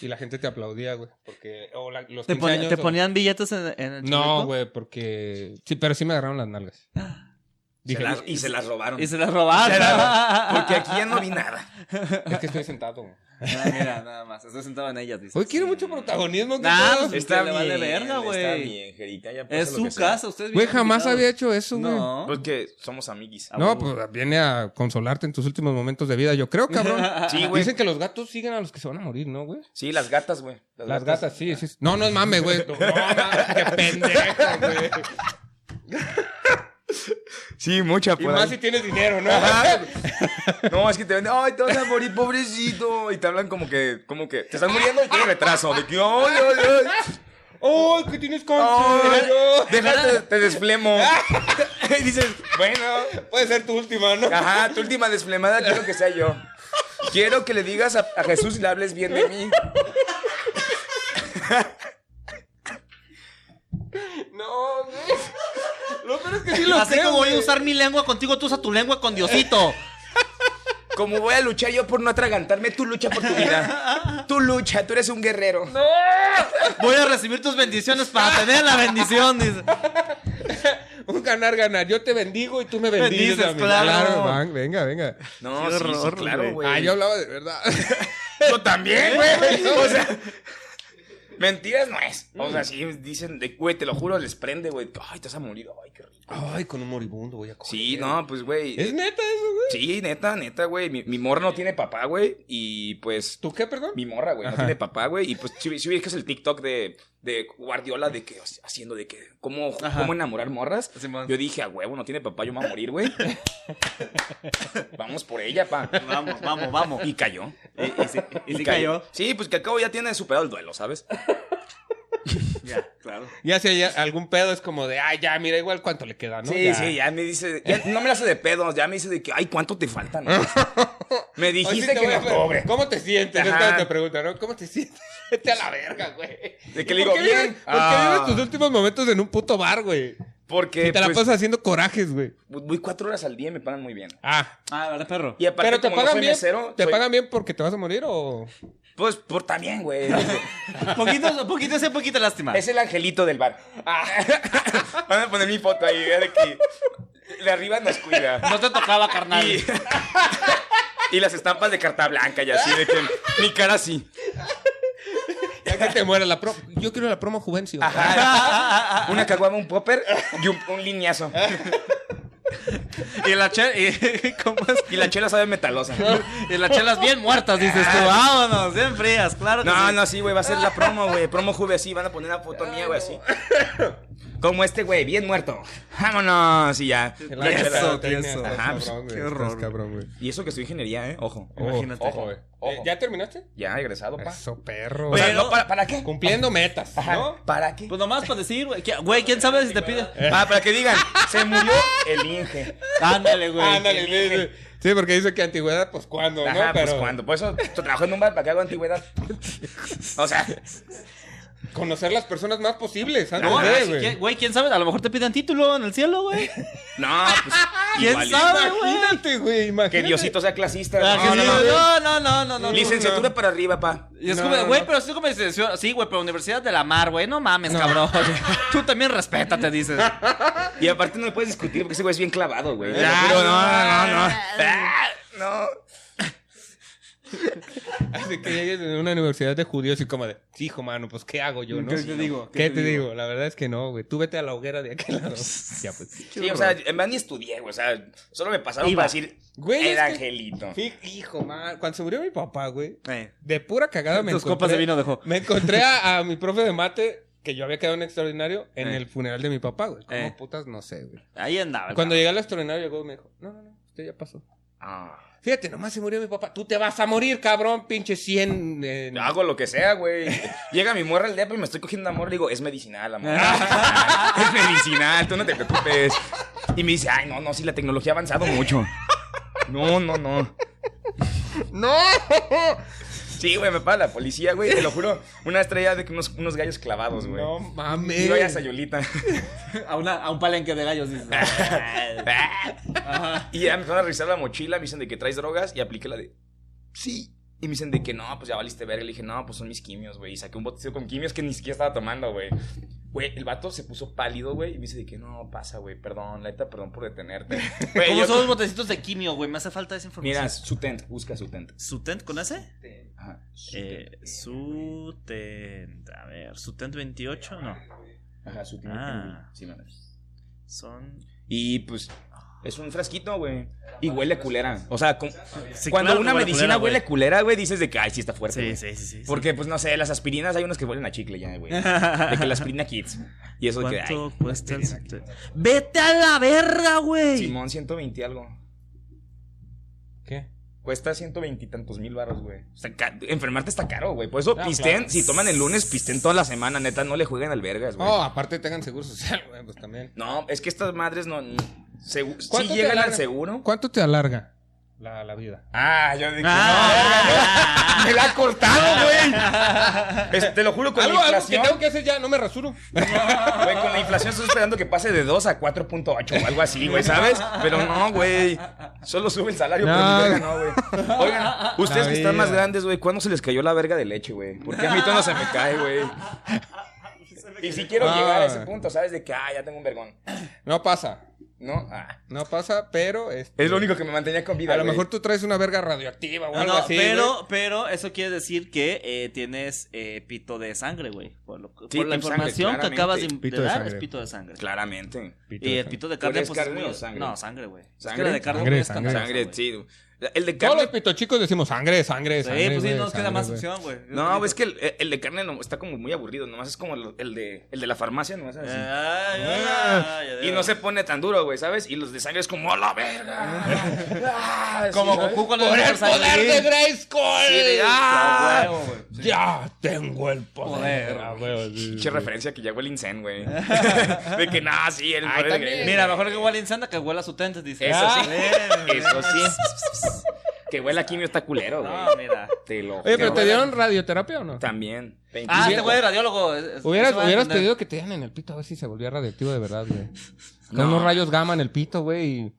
Y la gente te aplaudía, güey. Porque. O la- los
¿Te,
15
ponía-
años,
te
o-
ponían billetes en, en el chaleco?
No, güey, porque. Sí, pero sí me agarraron las nalgas. Dije,
Se las- y se las robaron.
Y se las robaron.
Porque aquí ya no vi nada.
es que estoy sentado. güey.
Ah, mira, nada más. Estoy sentado en ellas, dice.
Hoy quiere mucho protagonismo. ¿qué
Nah,
pedo?
pues,
Está
le
bien,
vale verga,
Está
güey.
bien, Jerita, ya pasa
Es
lo
su
que sea.
casa, Pues ustedes
Güey,
vienen
jamás
invitados.
había hecho eso, güey.
No.
Porque somos amiguis.
Ah,
No,
huevo.
pues viene a consolarte en tus últimos momentos de vida, yo creo, cabrón.
Sí, güey.
Dicen que los gatos siguen a los que se van a morir, ¿no, güey?
Sí, las gatas, güey.
Las gatas, sí, sí. No, no es mames, güey. No, mames, qué pendejo, güey.
Sí, mucha
Y
por
más
ahí.
si tienes dinero, ¿no?
Ajá. No, es que te venden, ay, te vas a morir, pobrecito. Y te hablan como que, como que, te estás muriendo y tienes retraso. De que, ay, ay, ay,
¡Oh, que tienes
ay,
cáncer!
déjate, te desflemo. Y dices, bueno,
Puede ser tu última, ¿no?
ajá, tu última desflemada quiero que sea yo. Quiero que le digas a, a Jesús y le hables bien de mí.
No, güey. Lo peor es que sí lo
Así
creo,
como voy a
güey.
usar mi lengua contigo, tú usa tu lengua con Diosito.
Como voy a luchar yo por no atragantarme, tú lucha por tu vida. Tú lucha, tú eres un guerrero.
Voy a recibir tus bendiciones para tener la bendición. dice.
Un ganar, ganar. Yo te bendigo y tú me bendices.
Bendices,
a mí.
claro.
man, venga, venga.
No,
Qué
sí, sí,
horror,
claro,
güey.
güey.
Ah, yo hablaba de verdad.
Yo también, güey. ¿Eh? O sea, mentiras no es. O sea, sí dicen, de, güey, te lo juro, les prende, güey. Ay, te vas a morir. Ay, qué rico.
Ay, con un moribundo voy a coger.
Sí, no, pues, güey.
¿Es neta eso, güey?
Sí, neta, neta, güey. Mi, mi morra no tiene papá, güey. Y pues,
¿Tú qué, perdón?
mi morra, güey, no
Ajá.
tiene papá, güey. Y pues, si, si ubicas el TikTok de, de Guardiola, de que, o sea, haciendo de que, cómo,
Ajá.
cómo enamorar morras.
Simón.
Yo dije, a huevo, no tiene papá, yo me voy a morir, güey. Vamos por ella, pa.
Vamos, vamos, vamos.
Y cayó.
Y, y sí, y sí cayó.
Sí, pues que al cabo ya tiene superado el duelo, ¿sabes?
Ya, claro.
Ya si hay algún pedo es como de, ay, ya, mira, igual cuánto le queda, ¿no?
Sí, sí, ya me dice, ya no me la hace de pedos, ya me dice de que, ay, ¿cuánto te faltan? me
Hoy sí
dijiste
te
que
voy
en
a-
octubre.
¿Cómo te sientes? Es
Ajá.
cuando te preguntan, ¿no? ¿Cómo te sientes? Vete a la verga, güey.
De que
¿Y
le digo,
por qué
bien.
vives- ¿Por qué
Ah.
vives tus últimos momentos en un puto bar, güey?
Porque
Y te la
pues,
pasas haciendo corajes, güey.
voy cuatro horas al día y me pagan muy bien.
Ah.
Ah, ¿verdad, perro?
Y aparte,
Pero te
como no
pagan
soy
bien.
mesero,
¿Te
soy-
pagan bien porque te vas a morir o.?
Pues por también, güey.
Poquito, poquito, sí, poquita lástima.
es el angelito del bar. Ah. Van a poner mi foto ahí, vea de que de arriba nos cuida.
No te tocaba, carnal.
Y, y las estampas de carta blanca y así, de que mi cara así.
Ya que te mueras la promo. Yo quiero la promo Juvencio. Ah,
Ajá. Una caguama, un popper y un, un lineazo.
Y la chela, y, ¿cómo es?
Y la chela sabe metalosa. Ah,
Y las chelas bien muertas, dices tú. Vámonos, bien frías, claro. que
No,
sí.
no, sí, güey, va a ser la promo, güey. Promo Juve así, van a poner una foto mía, güey, así. Como este, güey, bien muerto. Vámonos y ya.
la
Ya,
eso,
chela.
que eso.
Ajá, pues,
cabrón, güey.
qué
estás
horror,
cabrón, güey.
Y eso que estoy ingeniería, ¿eh? Ojo.
Imagínate.
Ojo, güey.
Ojo.
Eh, ¿Ya terminaste?
Ya, egresado, pa.
Eso, perro.
O sea,
Pero-
no, ¿para, para qué?
Cumpliendo metas, Ah,
Ajá,
¿no?
¿Para qué?
Pues nomás para decir, güey. que- Güey, ¿quién sabe si te pide?
Ah, para que digan, se murió el Inge.
Ándale, güey.
Ándale, sí, sí. Sí, porque dice que antigüedad, pues cuándo,
Ajá,
¿no?
pues
Pero
cuando. Por eso yo trabajo en un bar, ¿para qué hago antigüedad? O sea,
conocer las personas más posibles antes
No,
de,
güey, si
güey.
quie- güey, ¿quién sabe? A lo mejor te piden título en el cielo, güey.
no, pues.
¿Quién
igual y-
sabe? güey.
Imagínate, güey, imagínate.
Que Diosito sea clasista.
Ah,
No,
que
no,
sí, No,
no.
no, no, no, no.
Licenciatura para arriba, pa.
Y es
No,
como,
no,
güey,
no.
pero estoy como licenciado- Sí, güey, pero Universidad de la Mar, güey. No mames, cabrón. Tú también respétate, dices.
Y aparte no le puedes discutir porque ese güey es bien clavado, güey.
lo juro, Ah, no, no, no.
Ah, no.
Así que llegues en una universidad de judíos y como de, hijo, mano, pues ¿qué hago yo, no?
¿Qué
Sí,
te
no.
digo?
¿Qué, te digo? La verdad es que no, güey. Tú vete a la hoguera de aquel lado. ya, pues.
Sí, o sea, en verdad ni estudié, güey. O sea, solo me pasaron
Iba.
para decir
Güey,
el
es que-
angelito.
Fí- Hijo, man. Cuando se murió mi papá, güey,
Eh.
de pura cagada me
Tus
encontré...
copas de vino dejó.
Me encontré a, a mi profe de mate, que yo había quedado en extraordinario, en
Eh.
el funeral de mi papá, güey. ¿Cómo
Eh.
putas? No sé, güey.
Ahí andaba.
Cuando llegué al extraordinario, llegó y me dijo, no, no, no, usted ya pasó.
Ah.
Fíjate, nomás se murió mi papá. Tú te vas a morir, cabrón, pinche 100. eh,
Hago lo que sea, güey. Llega mi morra al día y me estoy cogiendo una morra y digo, es medicinal, amor.
Ah.
es medicinal, tú no te preocupes. Y me dice, ay, no, no, sí, la tecnología ha avanzado mucho. No, no, no.
¡No!
Sí, güey, me para la policía, güey, te lo juro. Una estrella de que unos, unos gallos
Pues,
clavados, güey.
No mames.
y vaya sayulita.
A, una- a un palenque de gallos, dices. Ajá.
Y ya me empezaron a revisar la mochila, me dicen de que traes drogas y apliqué la de sí. Y me dicen de que no, pues ya valiste verga. Le dije, no, pues son mis quimios, güey. Y saqué un botecito con quimios que ni siquiera estaba tomando, güey. Güey, el vato se puso pálido, güey, y me dice de que no, pasa, güey, perdón, la neta, perdón por detenerte. Güey,
¿Cómo
yo-
son los botecitos de quimio, güey? Me hace falta esa información.
Mira, Sutent, busca Sutent.
¿Sutent con ese?
Ajá. Sutent.
Eh, Sutent. A ver, Sutent 28, no.
Ajá, Sutent.
ah.
Sí, madre.
Son.
Y pues es un frasquito, güey. Y huele a culera. O sea, como-
Sí,
cuando
claro que huele
una
a
medicina
culera,
huele
güey.
a culera, güey, dices de que, ay, sí está fuerte.
Sí,
güey.
sí, sí, sí. sí.
Porque, pues no sé, las aspirinas hay unas que huelen a chicle ya, güey. De que la aspirina Kids. Y eso de que, ay,
¿Cuánto cuesta el Sutent? ¡Vete a la verga, güey!
Simón, 120 algo.
¿Qué?
Cuesta 120 y tantos mil baros, güey. O sea, ca- enfermarte está caro, güey. Por eso
Ah,
pisten,
claro.
si toman el lunes, pisten toda la semana, neta, no le jueguen al vergas, güey.
Oh, aparte tengan seguro social, güey, pues también.
No, es que estas madres no. n- segu- sí
¿Cuánto te
llegan al
alarga?
seguro.
¿Cuánto te alarga la, la vida?
Ah, yo dije,
Ah.
no, verga, me la ha cortado, güey. Es- te lo juro, con
Algo,
la
algo que
inflación.
tengo que hacer ya, no me rasuro.
Güey, con la inflación estoy esperando que pase de 2 a 4.8 o algo así, güey, ¿sabes? Pero no, güey. Solo sube el salario,
No.
pero mi verga no, güey. Oigan, ustedes
La
que están más
vida.
grandes, güey, ¿cuándo se les cayó la verga de leche, güey? Porque a mí todo se me cae, güey. Y si quiero
Ah.
llegar a ese punto, ¿sabes? De que, ah, ya tengo un vergón.
No pasa,
¿No? Ah.
no pasa, pero... este,
Es lo único que me mantenía con vida,
A lo
güey.
mejor tú traes una verga radioactiva o
No,
algo
no,
así,
pero,
güey.
pero eso quiere decir que eh, tienes eh, pito de sangre, güey. Por, lo-
Sí,
por la
tengo sangre,
información que
claramente.
acabas de, de
Pito de
dar,
sangre.
es pito de sangre.
Claramente.
Y el pito de carne,
¿Pero es
pues es
carne
muy-
o sangre?
No, sangre, güey. Es que
¿Sangre?
la de carne
Sangre,
es
sangre.
escandalosa,
Sangre,
güey.
sí. El de
Todos
carne...
los pitochicos decimos sangre, sangre, sangre.
Sí, pues sí,
güey,
no nos queda
sangre,
más
güey.
opción, güey.
No, pues, güey, es que el, el de carne no, está como muy aburrido, nomás es como el el de, el de la farmacia, nomás es así.
Ay, ay, ay,
Ah, Y no se pone tan duro, güey, ¿sabes? Y los de sangre es como, ¡a la verga!
Como
¿sabes?
Goku cuando
¡Por
era
el
Super
poder de
Saiyajin.
Grayskull!
Sí, de, ¡ah!
Ah, güey, güey.
¡Ya tengo el poder!
Poder.
Ah, güey, sí,
Pinche
sí.
referencia que ya huele incén, güey. de que, nah, sí, el poder de
también.
Grey.
Mira, mejor que huela insana que huela su tente, dice.
Eso
Ah,
sí.
eh,
Eso sí. que huele a quimio está culero, güey.
No, mira.
Te lo
Oye, pero
juro.
¿te dieron radioterapia o no?
También.
Ah, este
Veinticinco.
güey es radiólogo. es- es-
Hubieras,
se va a
hubieras
entender.
pedido que te dieran en el pito a ver si se volvía radioactivo de verdad, güey. Con
No.
unos rayos gamma en el pito, güey. y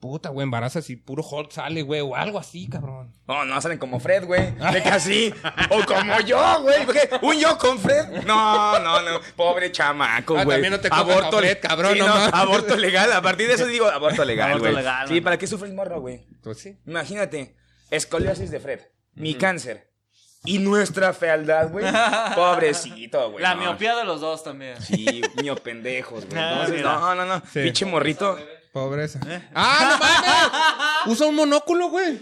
Puta, güey, embarazas y puro Hulk sale, güey, o algo así, cabrón.
No, no salen como Fred, güey. De que así. O como yo, güey. Porque Un yo con Fred. No, no, no. Pobre chamaco,
Ah,
güey.
también no te cojas a Fred, cabrón,
Sí,
no mames.
aborto legal. A partir de eso digo aborto legal,
Aborto
güey.
legal,
Sí,
man.
¿para qué sufres morro, güey?
Pues sí.
Imagínate. Escoliosis de Fred. Mi cáncer. Y nuestra fealdad, güey. Pobrecito, güey.
La
no.
miopía de los dos también.
Sí, mío pendejos, güey.
Ah,
Entonces,
mira.
No, no, no.
Sí.
Pinche morrito.
Pobreza. ¡Ah, no mames! Usa un monóculo, güey.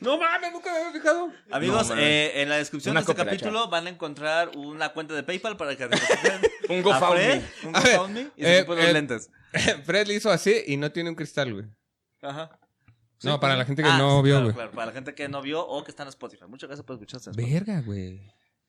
No mames, nunca me había fijado.
Amigos,
No, man.
eh, en la descripción
Una
de este
cooperacha.
capítulo van a encontrar una cuenta de PayPal para que recojan
Un GoFundMe.
un
A ver,
GoFundMe y
eh,
se compren los
eh,
lentes.
Fred le hizo así y no tiene un cristal, güey.
Ajá.
No, para la gente que
Ah,
no
sí,
vio,
claro,
güey.
claro, para la gente que no vio o que está en Spotify. Muchas gracias por escucharnos. en Spotify.
Verga, güey.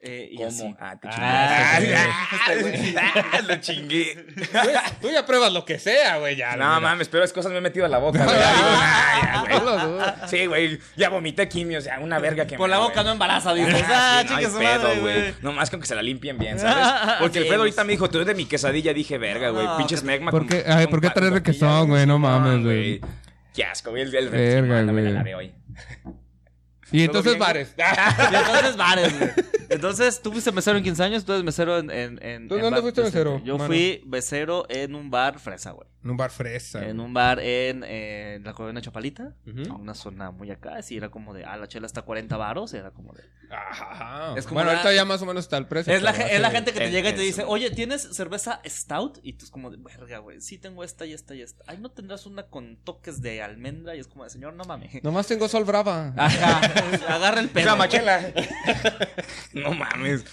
Eh, y
¿Cómo?
así.
Ah, te
Ah,
chingué.
sí, güey.
Ah, Lo chingué.
Güey, Tú ya pruebas lo que sea, güey, ya.
No
güey.
mames, pero es cosas me he metido a la boca, güey. Ya digo, "Ah, ya,
No lo dudo.
güey". Sí, güey, ya vomité quimio, o sea, una verga que
Por la boca no embaraza, dices. Ah,
no hay
chicas,
pedo,
güey.
güey. No más con que se la limpien bien, ¿sabes? Porque el
Sí, pues.
pedo ahorita me dijo, tú eres de mi quesadilla, dije, verga, güey.
No,
Pinches
que-
megma
¿Por qué- ay, ¿por qué traes requesón, güey? No mames, güey.
Qué asco, güey. El, el
Verga,
Mándame
güey.
la de hoy.
Y entonces
bien?
bares.
Y entonces bares, güey. Entonces, tú fuiste mesero en 15 años, tú eres mesero en. en, en-
¿Tú
en
dónde
bar
fuiste
decente.
mesero,
Yo
mano?
fui mesero en un bar fresa, güey.
En un bar fresa.
En un bar en, eh, en la colonia Chapalita.
Ujú.
Una zona muy acá. Así era como de. Ah, la chela está 40 baros. Era como de.
Ajá.
Es como
bueno,
la-
ahorita ya más o menos está el precio.
Es la,
pero
ge- es la
hace-
gente que te
en-
llega y
en
te
su-
dice, oye, ¿tienes cerveza stout? Y tú es como de, verga, güey, sí tengo esta y esta y esta. Ay, ¿no tendrás una con toques de almendra? Y es como de, señor, no mames.
Nomás tengo sol brava.
Ajá, agarra el pedo.
La machela. No mames.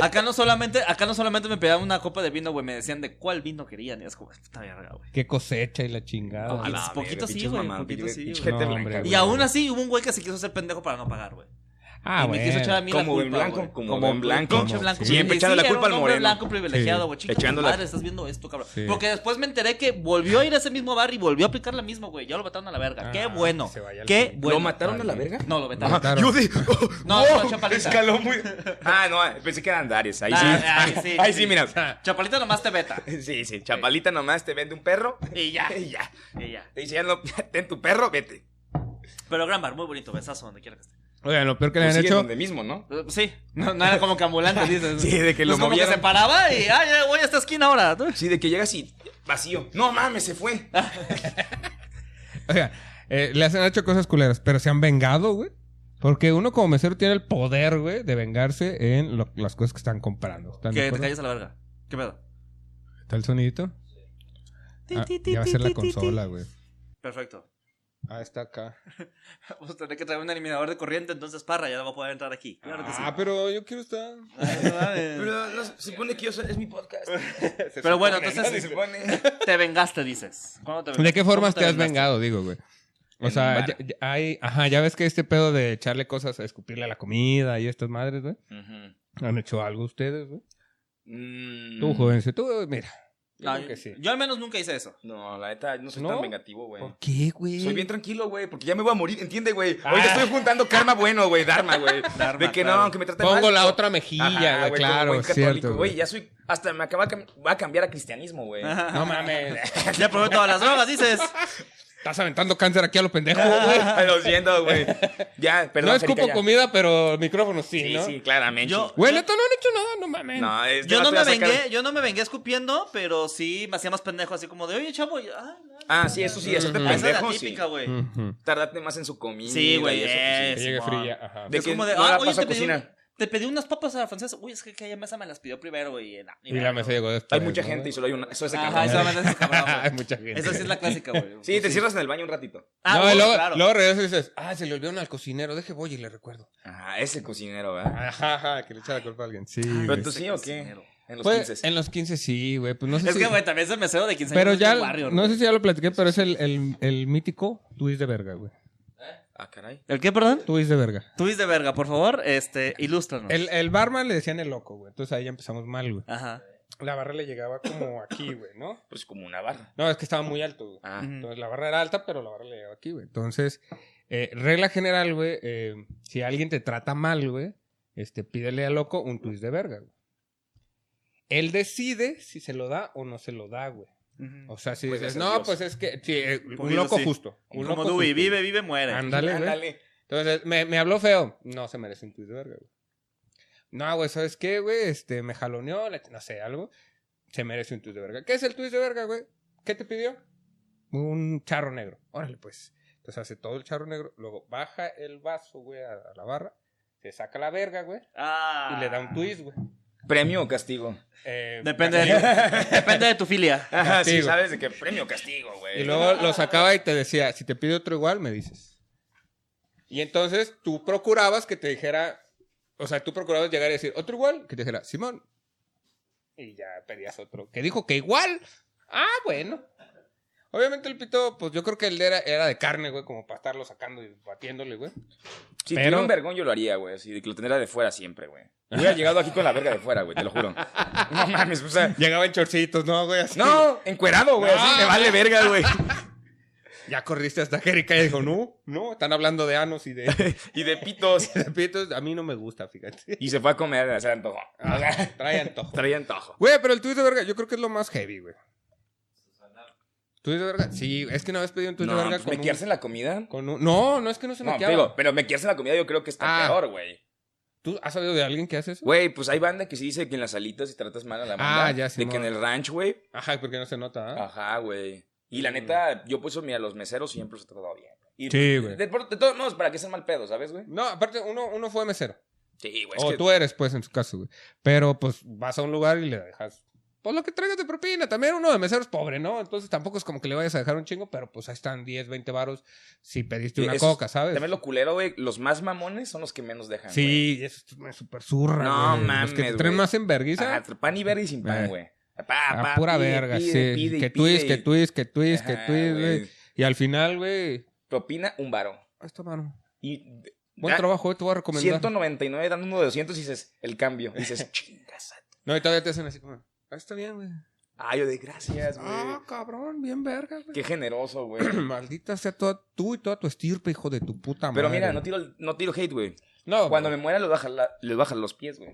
Acá no solamente, acá no solamente me pedían una copa de vino, güey, me decían de cuál vino querían. Y es como, puta verga, güey.
Qué cosecha y la chingada.
Ah, la poquito sí,
pinches
güey,
mamadas,
poquito
pinche-
sí,
pinche
güey.
gente
No,
blanca,
hombre,
Y
güey.
aún así hubo un güey que se quiso hacer pendejo para no pagar, güey.
Ah,
y me quiso echar a mí la
Como en
culpa,
blanco,
güey.
como en blanco.
pinche blanco.
Siempre
Sí,
echando la
era
culpa
un
al
hombre
moreno.
blanco privilegiado,
Sí.
güey. Chica,
Echando
tu
la-
madre, estás viendo esto, cabrón.
Sí.
Porque después me enteré que volvió a ir a ese mismo bar y volvió a aplicar la misma, güey. Ya lo mataron a la verga.
Ah,
Qué bueno.
que se vaya al
Qué
fin.
bueno.
¿Lo mataron a la verga?
No, lo
Ajá.
mataron.
Claro.
Yo de-
No,
Wow,
no, Chapalita.
Escaló muy. Ah, no, pensé que eran Dares. Ahí
Ah, ahí
sí. Ahí
sí,
sí,
sí. Ah.
mira.
Chapalita nomás te veta.
Sí, sí. Chapalita nomás te vende un perro.
Y ya.
Y ya.
Y ya.
Te dice, ya no, ten tu perro, vete.
Pero gran bar, muy bonito. Besazo donde quiera que esté.
Oigan, lo peor que
Tú
le
Pues
han
sigues
hecho.
donde mismo, ¿no?
Eh, Sí, no, no era como que ambulante, dices.
Sí, de que lo
Es como
movieron.
se paraba y, ah, ya voy a esta esquina ahora.
Ah,
Sí, de que llegas y vacío. No mames, se fue.
Oigan, eh, le hacen- han hecho cosas culeras, pero se han vengado, güey. Porque uno como mesero tiene el poder, güey, de vengarse en lo- las cosas que están comprando. ¿Están de
Que te
acuerdo?
calles a la verga. ¿Qué pedo?
¿Está el sonidito? Ah, ya va a ser la consola, güey.
Perfecto.
Ah, está acá.
Vamos a tener que traer un eliminador de corriente, entonces Parra ya no va a poder entrar aquí. Claro que sí.
Ah, pero yo quiero estar.
Pero
Pero no, se supone que yo soy, es mi podcast.
bueno,
Se
entonces
supone.
te vengaste, dices. ¿Cuándo te
¿De
vengaste?
qué formas
¿Cómo
te has
vengaste?
vengado, digo, güey? O
En un
sea,
bar.
ya- ya hay, ajá, ya ves que este pedo de echarle cosas, a escupirle a la comida y estas madres, güey.
Ujú.
¿Han hecho algo ustedes, güey?
Mm,
Tú, jovense, tú, mira. Yo
No,
creo que
yo,
sí.
yo al menos nunca hice eso.
No, la neta, no soy
¿No?
tan vengativo, güey.
¿Por qué, güey?
Soy bien tranquilo, güey, porque ya me voy a morir, entiende, güey.
Ah.
Ahorita estoy juntando karma bueno, güey, dharma, güey.
Dharma,
De que no,
claro.
aunque me traten mal.
Pongo la otra
Ajá,
mejilla, güey,
como
claro,
buen católico,
cierto.
güey. Ya soy, hasta me acaba de cam- voy a cambiar a cristianismo, güey.
No mames.
Ya probé todas las drogas, dices.
Estás aventando cáncer aquí a los pendejos, güey.
Lo siento, güey. Ya, perdón.
no
Federica,
escupo
ya.
comida, pero micrófono sí,
Sí,
¿no?
sí, claramente.
Yo-
Güey, neta, no han hecho nada, no mames.
No, este
Yo no
vato ya
me
sacaron-
vengué, yo no me vengué escupiendo, pero sí me hacía más pendejo, así como de, oye, chavo, y- ah, no,
Ah, sí, eso sí, eso te
Ujú.
Mm. esa es
pendejo,
la
sí.
típica, güey.
Ujú.
Tardarte más en su comida.
Sí, güey,
y eso, sí,
Que
es.
sí.
llegue
Simón.
fría, ajá.
De
es
que
como de,
no la
ah, oye,
paso a
te pedí,
cocinar.
te pedí unas papas a la francesa. Uy, es que aquella mesa me las pidió primero, güey. y na- ni
Y la
verga,
mesa
güey.
llegó después.
Hay mucha
¿no,
gente
güey?
y solo hay una. Eso es el
Ajá,
cabrón.
esa mesa es cabrón, güey.
Hay mucha gente.
Esa sí es la clásica, güey.
Sí, te cierras en el baño un ratito.
Ah,
no,
bueno,
y luego,
claro.
luego regresas y dices, ah, se le olvidaron al cocinero, deje voy y le recuerdo.
Ah, ese cocinero, ¿verdad?
Ajá, ajá, que le echa la culpa a alguien. Sí,
Pero
güey.
tú
ese
sí o qué?
cocinero.
En los
Pues,
15.
en los 15 sí, güey, pues no sé
Es
si...
que, güey, también es el mesero de 15
pero
años,
ya,
es un warrior,
no
güey.
sé si ya lo platiqué, pero es el, el, el mítico Tuis de verga, güey.
Ah, caray.
¿El qué, perdón?
Tuis de verga.
Tuis de verga, por favor, este, ilústranos.
El, el barman le decían el loco, güey, entonces ahí ya empezamos mal, güey.
Ajá.
La barra le llegaba como aquí, güey, ¿no?
Pues como una barra.
No, es que estaba muy alto, güey.
Ah.
Ujú.
Entonces la barra era alta, pero la barra le llegaba aquí, güey. Entonces, eh, regla general, güey, eh, si alguien te trata mal, güey, este, pídele al loco un twist de verga, güey. Él decide si se lo da o no se lo da, güey.
Ujú.
O sea, si
Pues
dices,
gracias a
no,
Dios.
pues es que sí, eh, un
Pulido,
loco
sí.
justo. Un
Como
loco
Dubi,
justo. Ah,
vive, vive, muere.
Ándale, güey.
Ándale.
Entonces, me, me habló feo. No se merece un tuit de verga, güey. No, güey, ¿sabes qué, güey? Este, me jaloneó, la ch- no sé, algo. Se merece un tuit de verga. ¿Qué es el tuit de verga, güey? ¿Qué te pidió? Un charro negro. Órale, pues. Entonces hace todo el charro negro. Luego baja el vaso, güey, a, a la barra. Se saca la verga, güey.
Ah.
Y le da un twist, güey.
¿Premio o castigo?
Eh,
Depende
castigo.
de, depende de tu filia.
Ajá, sí,
Castigo.
sabes de qué premio o castigo, güey.
Y luego lo sacaba y te decía, si te pide otro igual, me dices. Y entonces tú procurabas que te dijera, o sea, tú procurabas llegar y decir, otro igual, que te dijera, Simón. Y ya pedías otro, que dijo que igual. Ah, bueno. Obviamente el pito, pues yo creo que el de era, era de carne, güey, como para estarlo sacando y batiéndole, güey.
Si
Pero-
tuviera un vergón, yo lo haría, güey. Así de que lo tendría de fuera siempre, güey. Yo hubiera llegado aquí con la verga de fuera, güey, te lo juro. No mames, o sea.
Llegaba en chorcitos, ¿no, güey? Así.
No, encuerado, güey. Así
No.
me vale verga, güey.
Ya corriste hasta Jerica y dijo, no, no, están hablando de anos y de,
Y de pitos.
de pitos. A mí no me gusta, fíjate.
Y se fue a comer, se le antojó.
Trae antojo.
Traía antojo.
Güey, pero el tuit de verga, yo creo que es lo más heavy, güey. ¿Tuit de verga? Sí, es que una vez pedí un tuit
No,
de verga
pues,
con,
¿Mequearse
un,
en la comida?
con un- No, no es que no se me
No, te digo, pero mequearse en la comida yo creo que está
Ah.
peor, güey.
¿Tú has sabido de alguien que hace eso?
Güey, pues hay banda que sí dice que en las alitas si tratas mal a la banda.
Ah, ya,
De que en
Simón.
el ranch, güey.
Ajá, porque no se nota, ¿ah?
Ajá, güey. Y la
Mm.
neta, yo pues, mira, los meseros siempre se tratado bien. Y
Sí,
de,
güey.
de todos modos, para que sean mal pedo, ¿sabes, güey?
No, aparte, uno, uno fue mesero.
Sí, güey. es
O
que-
tú eres, pues, en su caso, güey. Pero, pues, vas a un lugar y le dejas... Pues lo que traigas de propina. También uno de meseros pobre, ¿no? Entonces tampoco es como que le vayas a dejar un chingo, pero pues ahí están 10, 20 varos si pediste
Sí,
una
eso es-
coca, ¿sabes?
También lo culero, güey. Los más mamones son los que menos dejan.
Pues. Sí, y eso es súper zurra,
No
güey. Los
mames,
que te traen
güey.
más en
güey.
vergüenza.
Ajá, pan y verde y sin pan,
Eh.
güey. Pa,
A
Ah, pa,
pura
pide,
verga,
pide,
sí.
pide y
que
pide
twist,
y-
que twist, que twist, que
Ajá,
twist, güey. Y al final, güey.
Propina, un varo.
Ahí está, mano.
Y
Buen
da-
trabajo, eh, te voy a recomendar.
199 dando uno de 200 y dices, el cambio. Y dices, chingas. a-
No, y todavía te hacen así como. Ahí está bien, güey.
Ah, yo de gracias, güey.
Ah, cabrón, bien verga, güey.
Qué generoso, güey.
Maldita sea toda tú y toda tu estirpe, hijo de tu puta madre.
Pero mira, no tiro, el- no tiro hate, güey.
No,
Cuando me
güey.
muera, les baja, les baja los pies, güey.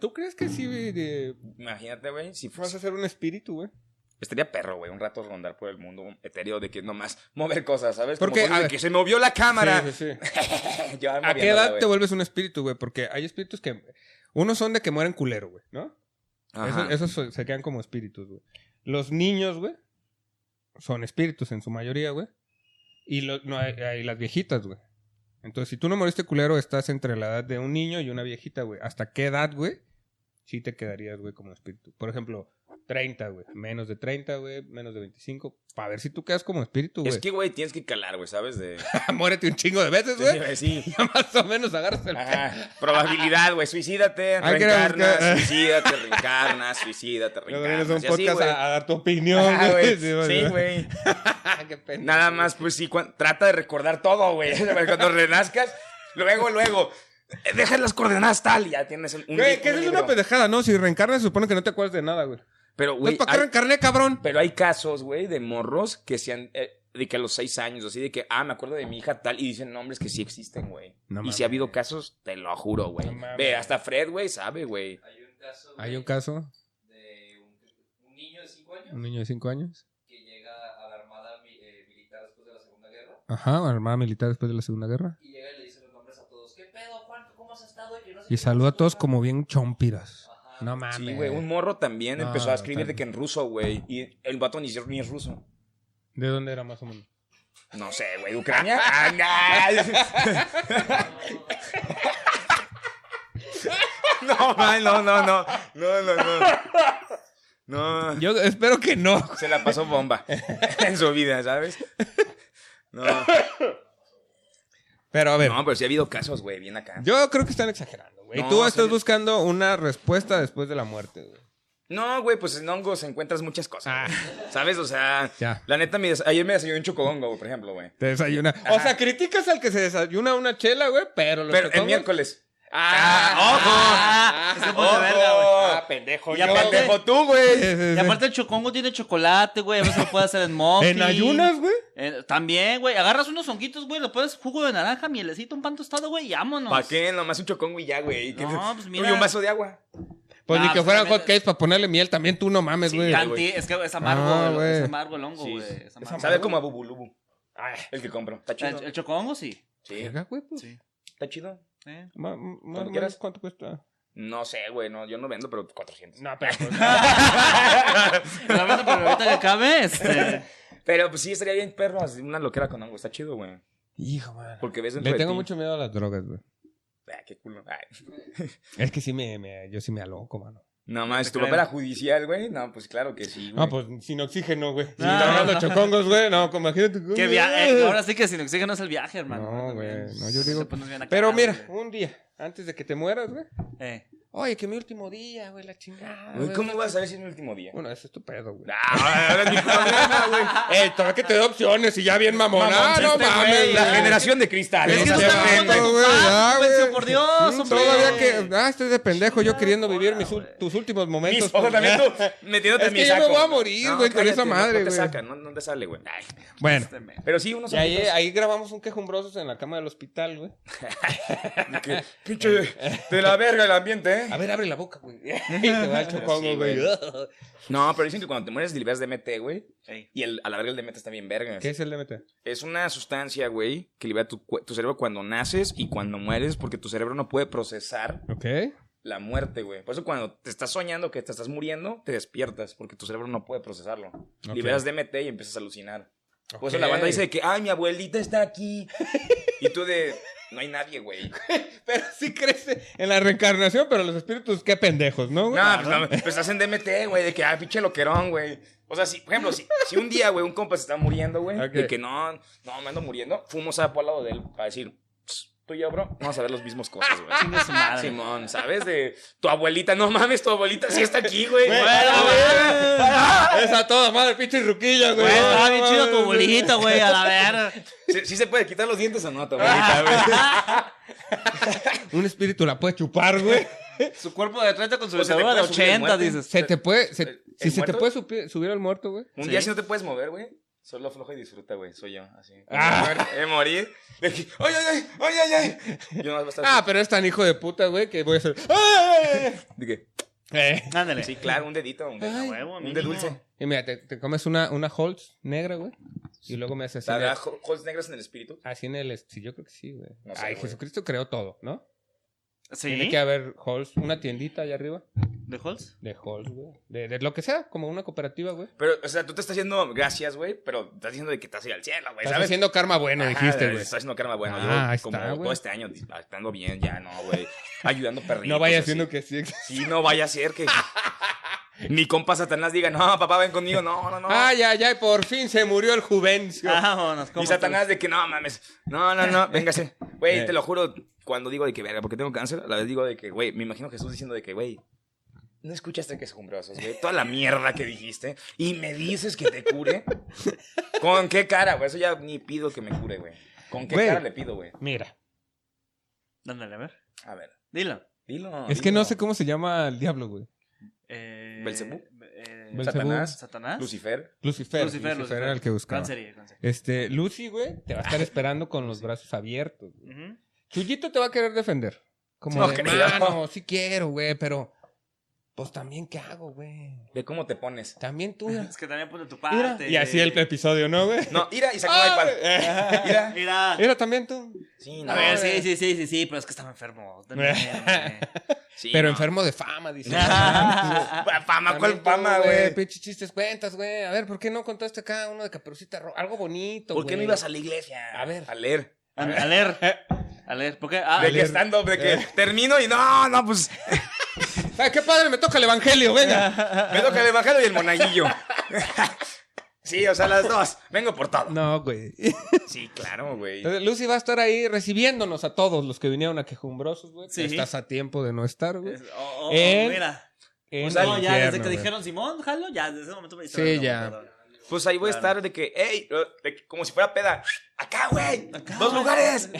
¿Tú crees que sí, güey? de-
Imagínate, güey. Si
Vas
fuese.
a ser un espíritu, güey.
Estaría perro, güey, un rato rondar por el mundo etéreo de que nomás mover cosas, ¿sabes?
Porque,
Como cosas
a
de
ver-
que se movió la cámara.
Sí, sí, sí.
Yo
¿A qué
moviéndola,
edad te
güey.
vuelves un espíritu, güey? Porque hay espíritus que. Unos son de que mueren culero, güey, ¿no?
Ajá.
Esos, esos so- se quedan como espíritus, güey. Los niños, güey, son espíritus en su mayoría, güey. Y lo- no, hay, hay las viejitas, güey. Entonces, si tú no moriste culero, estás entre la edad de un niño y una viejita, güey. ¿Hasta qué edad, güey? Sí te quedarías, güey, como espíritu. Por ejemplo, 30, güey. Menos de 30, güey. Menos de 25. Para ver si tú quedas como espíritu, güey. Ah,
Es que, güey, tienes que calar, güey, ¿sabes? De...
Muérete un chingo de veces, güey.
Sí,
Ya más o menos agarras el
Ajá. Probabilidad, güey. Suicídate,
Hay que ir a buscar-
reencarnas, suicídate, reencarnas, suicídate,
Luego vienes
reencarnas.
a un
y así,
podcast
Pues güey.
a, a dar tu opinión,
Ajá,
güey.
güey.
güey,
Sí, güey.
Qué pena.
Nada más, pues sí, cuan- trata de recordar todo, güey. Cuando renazcas, luego, luego. eh, Dejas las coordenadas tal y ya tienes un. un
Güey,
ritmo,
que esa es
libro.
una pendejada, ¿no? Si reencarnas se supone que no te acuerdas de nada, güey.
Pero, güey,
Entonces, ¿para qué
hay-
reencarné, cabrón?
pero hay casos, güey, de morros que se han. eh, de que a los seis años, así de que, ah, me acuerdo de mi hija tal, y dicen nombres que sí existen, güey.
No
y
mames.
si ha habido casos, te lo juro, güey.
No mames.
Ve, hasta Fred, güey, sabe, güey.
Hay un caso
Hay
güey,
un caso, Mm.
de un, un niño de 5 años
un niño de 5 años.
que llega a la armada mi- eh, militar después de la Segunda Guerra
Ajá, armada militar después de la Segunda Guerra.
y llega y le dice los nombres a todos. ¿Qué pedo, Juan? ¿Cómo has estado? Y, que no sé
Y
qué,
saluda a
no sé
todos
cuánto".
como bien chompiras.
Ajá.
No mames.
Sí, güey, un morro también
No,
empezó a escribir de
también.
que en ruso, güey. Y el vato ni, ni es ruso.
¿De dónde era más o menos?
No sé, güey, Ucrania. Ah, no, no, man, no, no, no, no, no, no. No,
Yo espero que no.
se la pasó bomba en su vida, ¿sabes? No,
Pero a ver,
no, pero sí ha habido casos, güey, bien acá.
yo creo que están exagerando, güey.
No,
Tú
sí.
estás buscando una respuesta después de la muerte, güey.
No, güey, pues en hongos encuentras muchas cosas, güey. ¿sabes? O sea,
Ya.
la neta, mi des- ayer me desayuné un chocobongo, güey, por ejemplo, güey.
Te desayuna. O sea, criticas al que se desayuna una chela, güey, pero los
Pero el
chocobos-
miércoles.
Ah,
¡Ah!
se puso de verga, güey.
¡Ah, pendejo!
Y
yo,
aparte-
pendejo tú, güey!
Sí, sí,
Y
sí.
aparte el chocongo tiene chocolate, güey. A veces lo puedes hacer en muffin.
En ayunas, güey.
Eh, también, güey. Agarras unos honguitos, güey. Le pones jugo de naranja, mielecito, un pan tostado, güey. Y vámonos.
¿Para qué? Nomás un chocongo y ya, güey. ¿Qué-
No, pues, mira.
Y un vaso de agua.
Pues
Ah,
ni que
pues,
fueran
también-
hot cakes para ponerle miel también, tú no mames, güey.
Canti- es que es amargo,
Ah,
el-
güey.
es amargo el hongo,
Sí,
güey.
sí.
es amargo.
Sabe como a bubulubu. El que compro. Está chido.
El, el chocongo, sí.
Sí.
Verga, güey, pues.
Sí.
Está chido.
Eh.
Ma- ma- más o menos,
quieras.
¿Cuánto cuesta?
No sé, güey. No, yo no vendo, pero 400.
No, pero.
Realmente, pero ahorita que acabe, este.
Pero pues sí, estaría bien perro. así, Una loquera con hongo. Está chido, güey.
Hijo, man.
Porque ves dentro
Le
de
tengo
ti.
mucho miedo a las drogas, güey.
Ah, qué culo. Ay.
Es que sí me, me- yo sí me aloco, mano.
No más, tu
creo.
papel judicial, güey. No, pues claro que sí, güey.
No, pues sin oxígeno, güey. Si
Ah.
está hablando chocongos, güey. No, como imagínate.
que via- eh, ahora sí que sin oxígeno es el viaje, hermano.
No, güey, no, yo
Se
digo-
pones bien acá,
Pero mira,
güey.
un día, antes de que te mueras, güey.
Eh.
Oye, que mi último día, güey, la chingada.
Ah, Güey,
güey.
¿Cómo vas a saber si es mi último día?
Bueno, eso es tu pedo, güey.
Ah, ahora es mi problema, güey.
Eh, todavía que te doy opciones y ya bien mamón. Ah, no
Mamonciste, este güey,
mames.
La
güey.
generación de cristal.
Es que
no
no
se
está
aprende.
hablando,
güey,
Ah,
ya,
güey,
güey.
por Dios,
Mm,
hombre.
Todavía que. Ah, estoy de pendejo yo
Chingada
queriendo vivir
hora,
mis, ul-
güey.
tus últimos momentos. pues,
Mis ojos también tú metiéndote
Es
en
que
mi
yo me
saco.
voy a morir, güey, con esa
cállate,
madre,
no, no te
güey.
saca, no, no te sale, güey. Ay,
Bueno.
Este, me-
Pero sí, unos
Y ahí,
amiguitos.
ahí grabamos un quejumbrosos en la cama del hospital, güey.
Que, pinche de la verga el ambiente, ¿eh?
A ver, abre la boca, güey. Y te va el chocongo,
Sí,
güey.
güey. No, pero dicen que cuando te mueres te liberas de MT, güey.
Ey.
Y el, a la verga el DMT está bien verga.
¿Qué es el DMT?
Es una sustancia, güey, que libera tu, cue- tu cerebro cuando naces y cuando mueres porque tu cerebro no puede procesar
Ok.
la muerte, güey. Por eso cuando te estás soñando que te estás muriendo, te despiertas porque tu cerebro no puede procesarlo.
Ok.
Liberas DMT y empiezas a alucinar. Por Pues eso la banda dice que, ay, mi abuelita está aquí. y tú de, no hay nadie, güey.
Pero sí crece en la reencarnación, pero los espíritus, qué pendejos, ¿no? güey?
No, pues, no, pues hacen DMT, güey, de que, ah, pinche loquerón, güey. O sea, si, por ejemplo, si, si un día, güey, un compa se está muriendo, güey,
Ok.
de que no, no, me ando muriendo, fumo sapo al lado de él para decir, "Ps, tú y yo, bro, vamos a ver los mismos cosas, güey.
Chingue su madre.
Simón, ¿sabes? De tu abuelita, no mames, tu abuelita sí está aquí, güey.
Güey,
Bueno,
a
güey.
ver, a ver. Es a toda madre, pinche ruquilla, güey.
Güey, estaba bien
No,
chido tu
mames.
abuelita, güey, a la verga.
¿Sí, sí se puede quitar los dientes o no, tu abuelita, güey.
Un espíritu la puede chupar, güey.
Su cuerpo de 30 con su
Pues se te
dentadura de
puede subir el
80,
muerto.
dices.
Se te puede. se-
¿El-
si
el
se te
muerto?
puede supi- subir al muerto, güey.
Un
Sí.
día si no te puedes mover, güey. Solo flojo y disfruta, güey. Soy yo, así.
Ah.
De morir. De que, ay, ay, ay, ay, ay, ay. Yo no voy a estar
Ah,
así.
pero es tan hijo de puta, güey, que voy a hacer. ¡Ay!
De que,
¡Ah! Eh.
Ándale.
Sí, claro, un dedito. Un,
A
dedito,
huevo,
un
mínimo.
de dulce.
Y mira, te, te comes una, una Holtz negra, güey. Y luego me haces así. en el-
¿Habrá jo- holes negras en el espíritu?
Así en el. est- Sí, yo creo que sí, güey.
No sé,
Ay,
güey.
Jesucristo creó todo, ¿no? Tiene
Sí.
que haber Halls, una tiendita allá arriba
¿De Holtz?
de Halls, güey. De, de lo que sea, como una cooperativa, güey.
Pero, o sea, tú te estás haciendo gracias, güey, pero te estás diciendo de que estás ir al cielo, güey,
Estás
¿sabes?
haciendo karma bueno,
Ajá,
dijiste, güey.
Estás haciendo karma bueno.
Ah, ahí
yo,
está,
como
güey.
todo este año, estando bien ya, no, güey. Ayudando perritos.
No vaya
así.
siendo que sí.
Sí, no vaya a ser que... Mi compa Satanás diga, no, papá, ven conmigo, no, no, no.
Ay, ay, ay, por fin se murió el Juvencio.
Ah, Vámonos, ¿cómo
y Satanás de que, no, mames, no, no, no, véngase.
Eh.
Güey, te lo juro, cuando digo de que, verga, porque tengo cáncer, a la vez digo de que, güey, me imagino a Jesús diciendo de que, güey, no escuchaste que escombrosos, güey, toda la mierda que dijiste, y me dices que te cure. ¿Con qué cara, güey? Eso ya ni pido que me cure, güey. ¿Con qué
Güey.
cara le pido, güey?
Mira,
estás? Ándale, a ver.
A ver,
Dilo.
dilo.
es que
dilo.
no sé cómo se llama el diablo, güey.
Eh,
¿Belcebú?
eh,
Bel-
Satanás,
¿Satanás?
¿Ah? Lucifer.
Lucifer,
Lucifer. Lucifer,
Lucifer.
era el que buscaba.
Cáncer y cáncer.
Este, Lucy, güey, te va a estar esperando con los brazos abiertos. güey.
Ujú.
Chullito te va a querer defender. Como
No
de,
creo.
"Mano, sí quiero, güey, pero pues también qué hago, güey.
Ve cómo te pones.
También tú.
Es que también pone tu
Mira.
parte.
Y así el episodio, ¿no, güey?
No, ira y sacó
Ah,
el
güey.
iPad. Ira.
Mira.
Era también tú.
Sí, no.
A ver, sí,
güey.
sí, sí, sí, sí, pero es que estaba enfermo. Dame
Eh.
mierda,
sí,
pero
no.
enfermo de fama, dice.
güey.
Pa- Fama,
También
¿cuál
tú,
fama, güey?
Pinche chistes cuentas, güey. A ver, ¿por qué no contaste acá uno de Caperucita Roja? Algo bonito,
¿Por qué no
güey.
ibas a la iglesia?
A ver.
A leer.
A a leer. A leer. Eh. ¿Por qué? Ah,
de que
leer.
estando, de que termino y no, no, pues
Ay, qué padre, me toca el evangelio, venga.
me toca el evangelio y el monaguillo. sí, o sea, las dos. Vengo por todo.
No, güey.
Sí, claro, güey.
Entonces, Lucy va a estar ahí recibiéndonos a todos los que vinieron a quejumbrosos, güey.
Sí.
Estás a tiempo de no estar, güey.
es- oh, oh,
Él-
mira.
En
O sea,
el
no, ya
infierno,
desde que
güey.
dijeron Simón, jalo, ya desde ese momento me
Sí,
dijeron, no,
ya.
perdón.
Pues ahí voy a
Claro.
estar de que, hey, como si fuera peda. Acá, güey.
Acá,
Dos
güey.
lugares.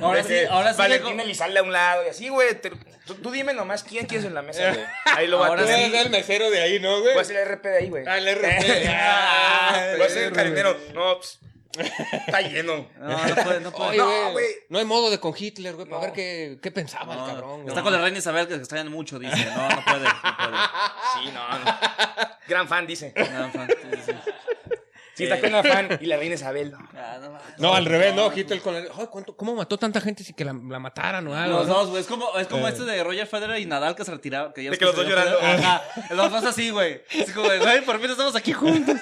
Ahora
De
sí,
que
ahora sí.
Valentín
llegó-
Elizalde a un lado y así, güey. te- tú, tú dime nomás quién quieres en la mesa, güey. Ahí lo va
Ahora
a
Tú
sí. Pues
tener.
eres el mesero de ahí, ¿no, güey?
Voy a ser el RP de ahí, güey.
Ah, el RP.
Ah, Voy a ser el
perro,
jardinero. No, pues, está lleno.
No, no puede, no puede.
Oye,
No,
güey,
güey.
No hay modo de con Hitler, güey, para
No.
ver qué, qué pensaba
No,
el cabrón. güey.
está con la reina Isabel que se extrañan mucho, dice. No, no puede, no puede.
Sí, no, no. Gran fan, dice.
No, fan, sí, sí.
Sí, está con una fan y la reina Isabel. no.
Ah, no,
No, al revés, no, Hitler con el... Ay, ¿cuánto, ¿Cómo mató tanta gente sin que la, la mataran o algo?
Los
no?
dos, güey. Es como, es como
Eh.
este de Roger Federer y Nadal que se retiraron. Que ya
De
se
que los dos
retiraron.
llorando.
Ajá. Los dos así, güey. Es como, de, güey, por fin estamos aquí juntos.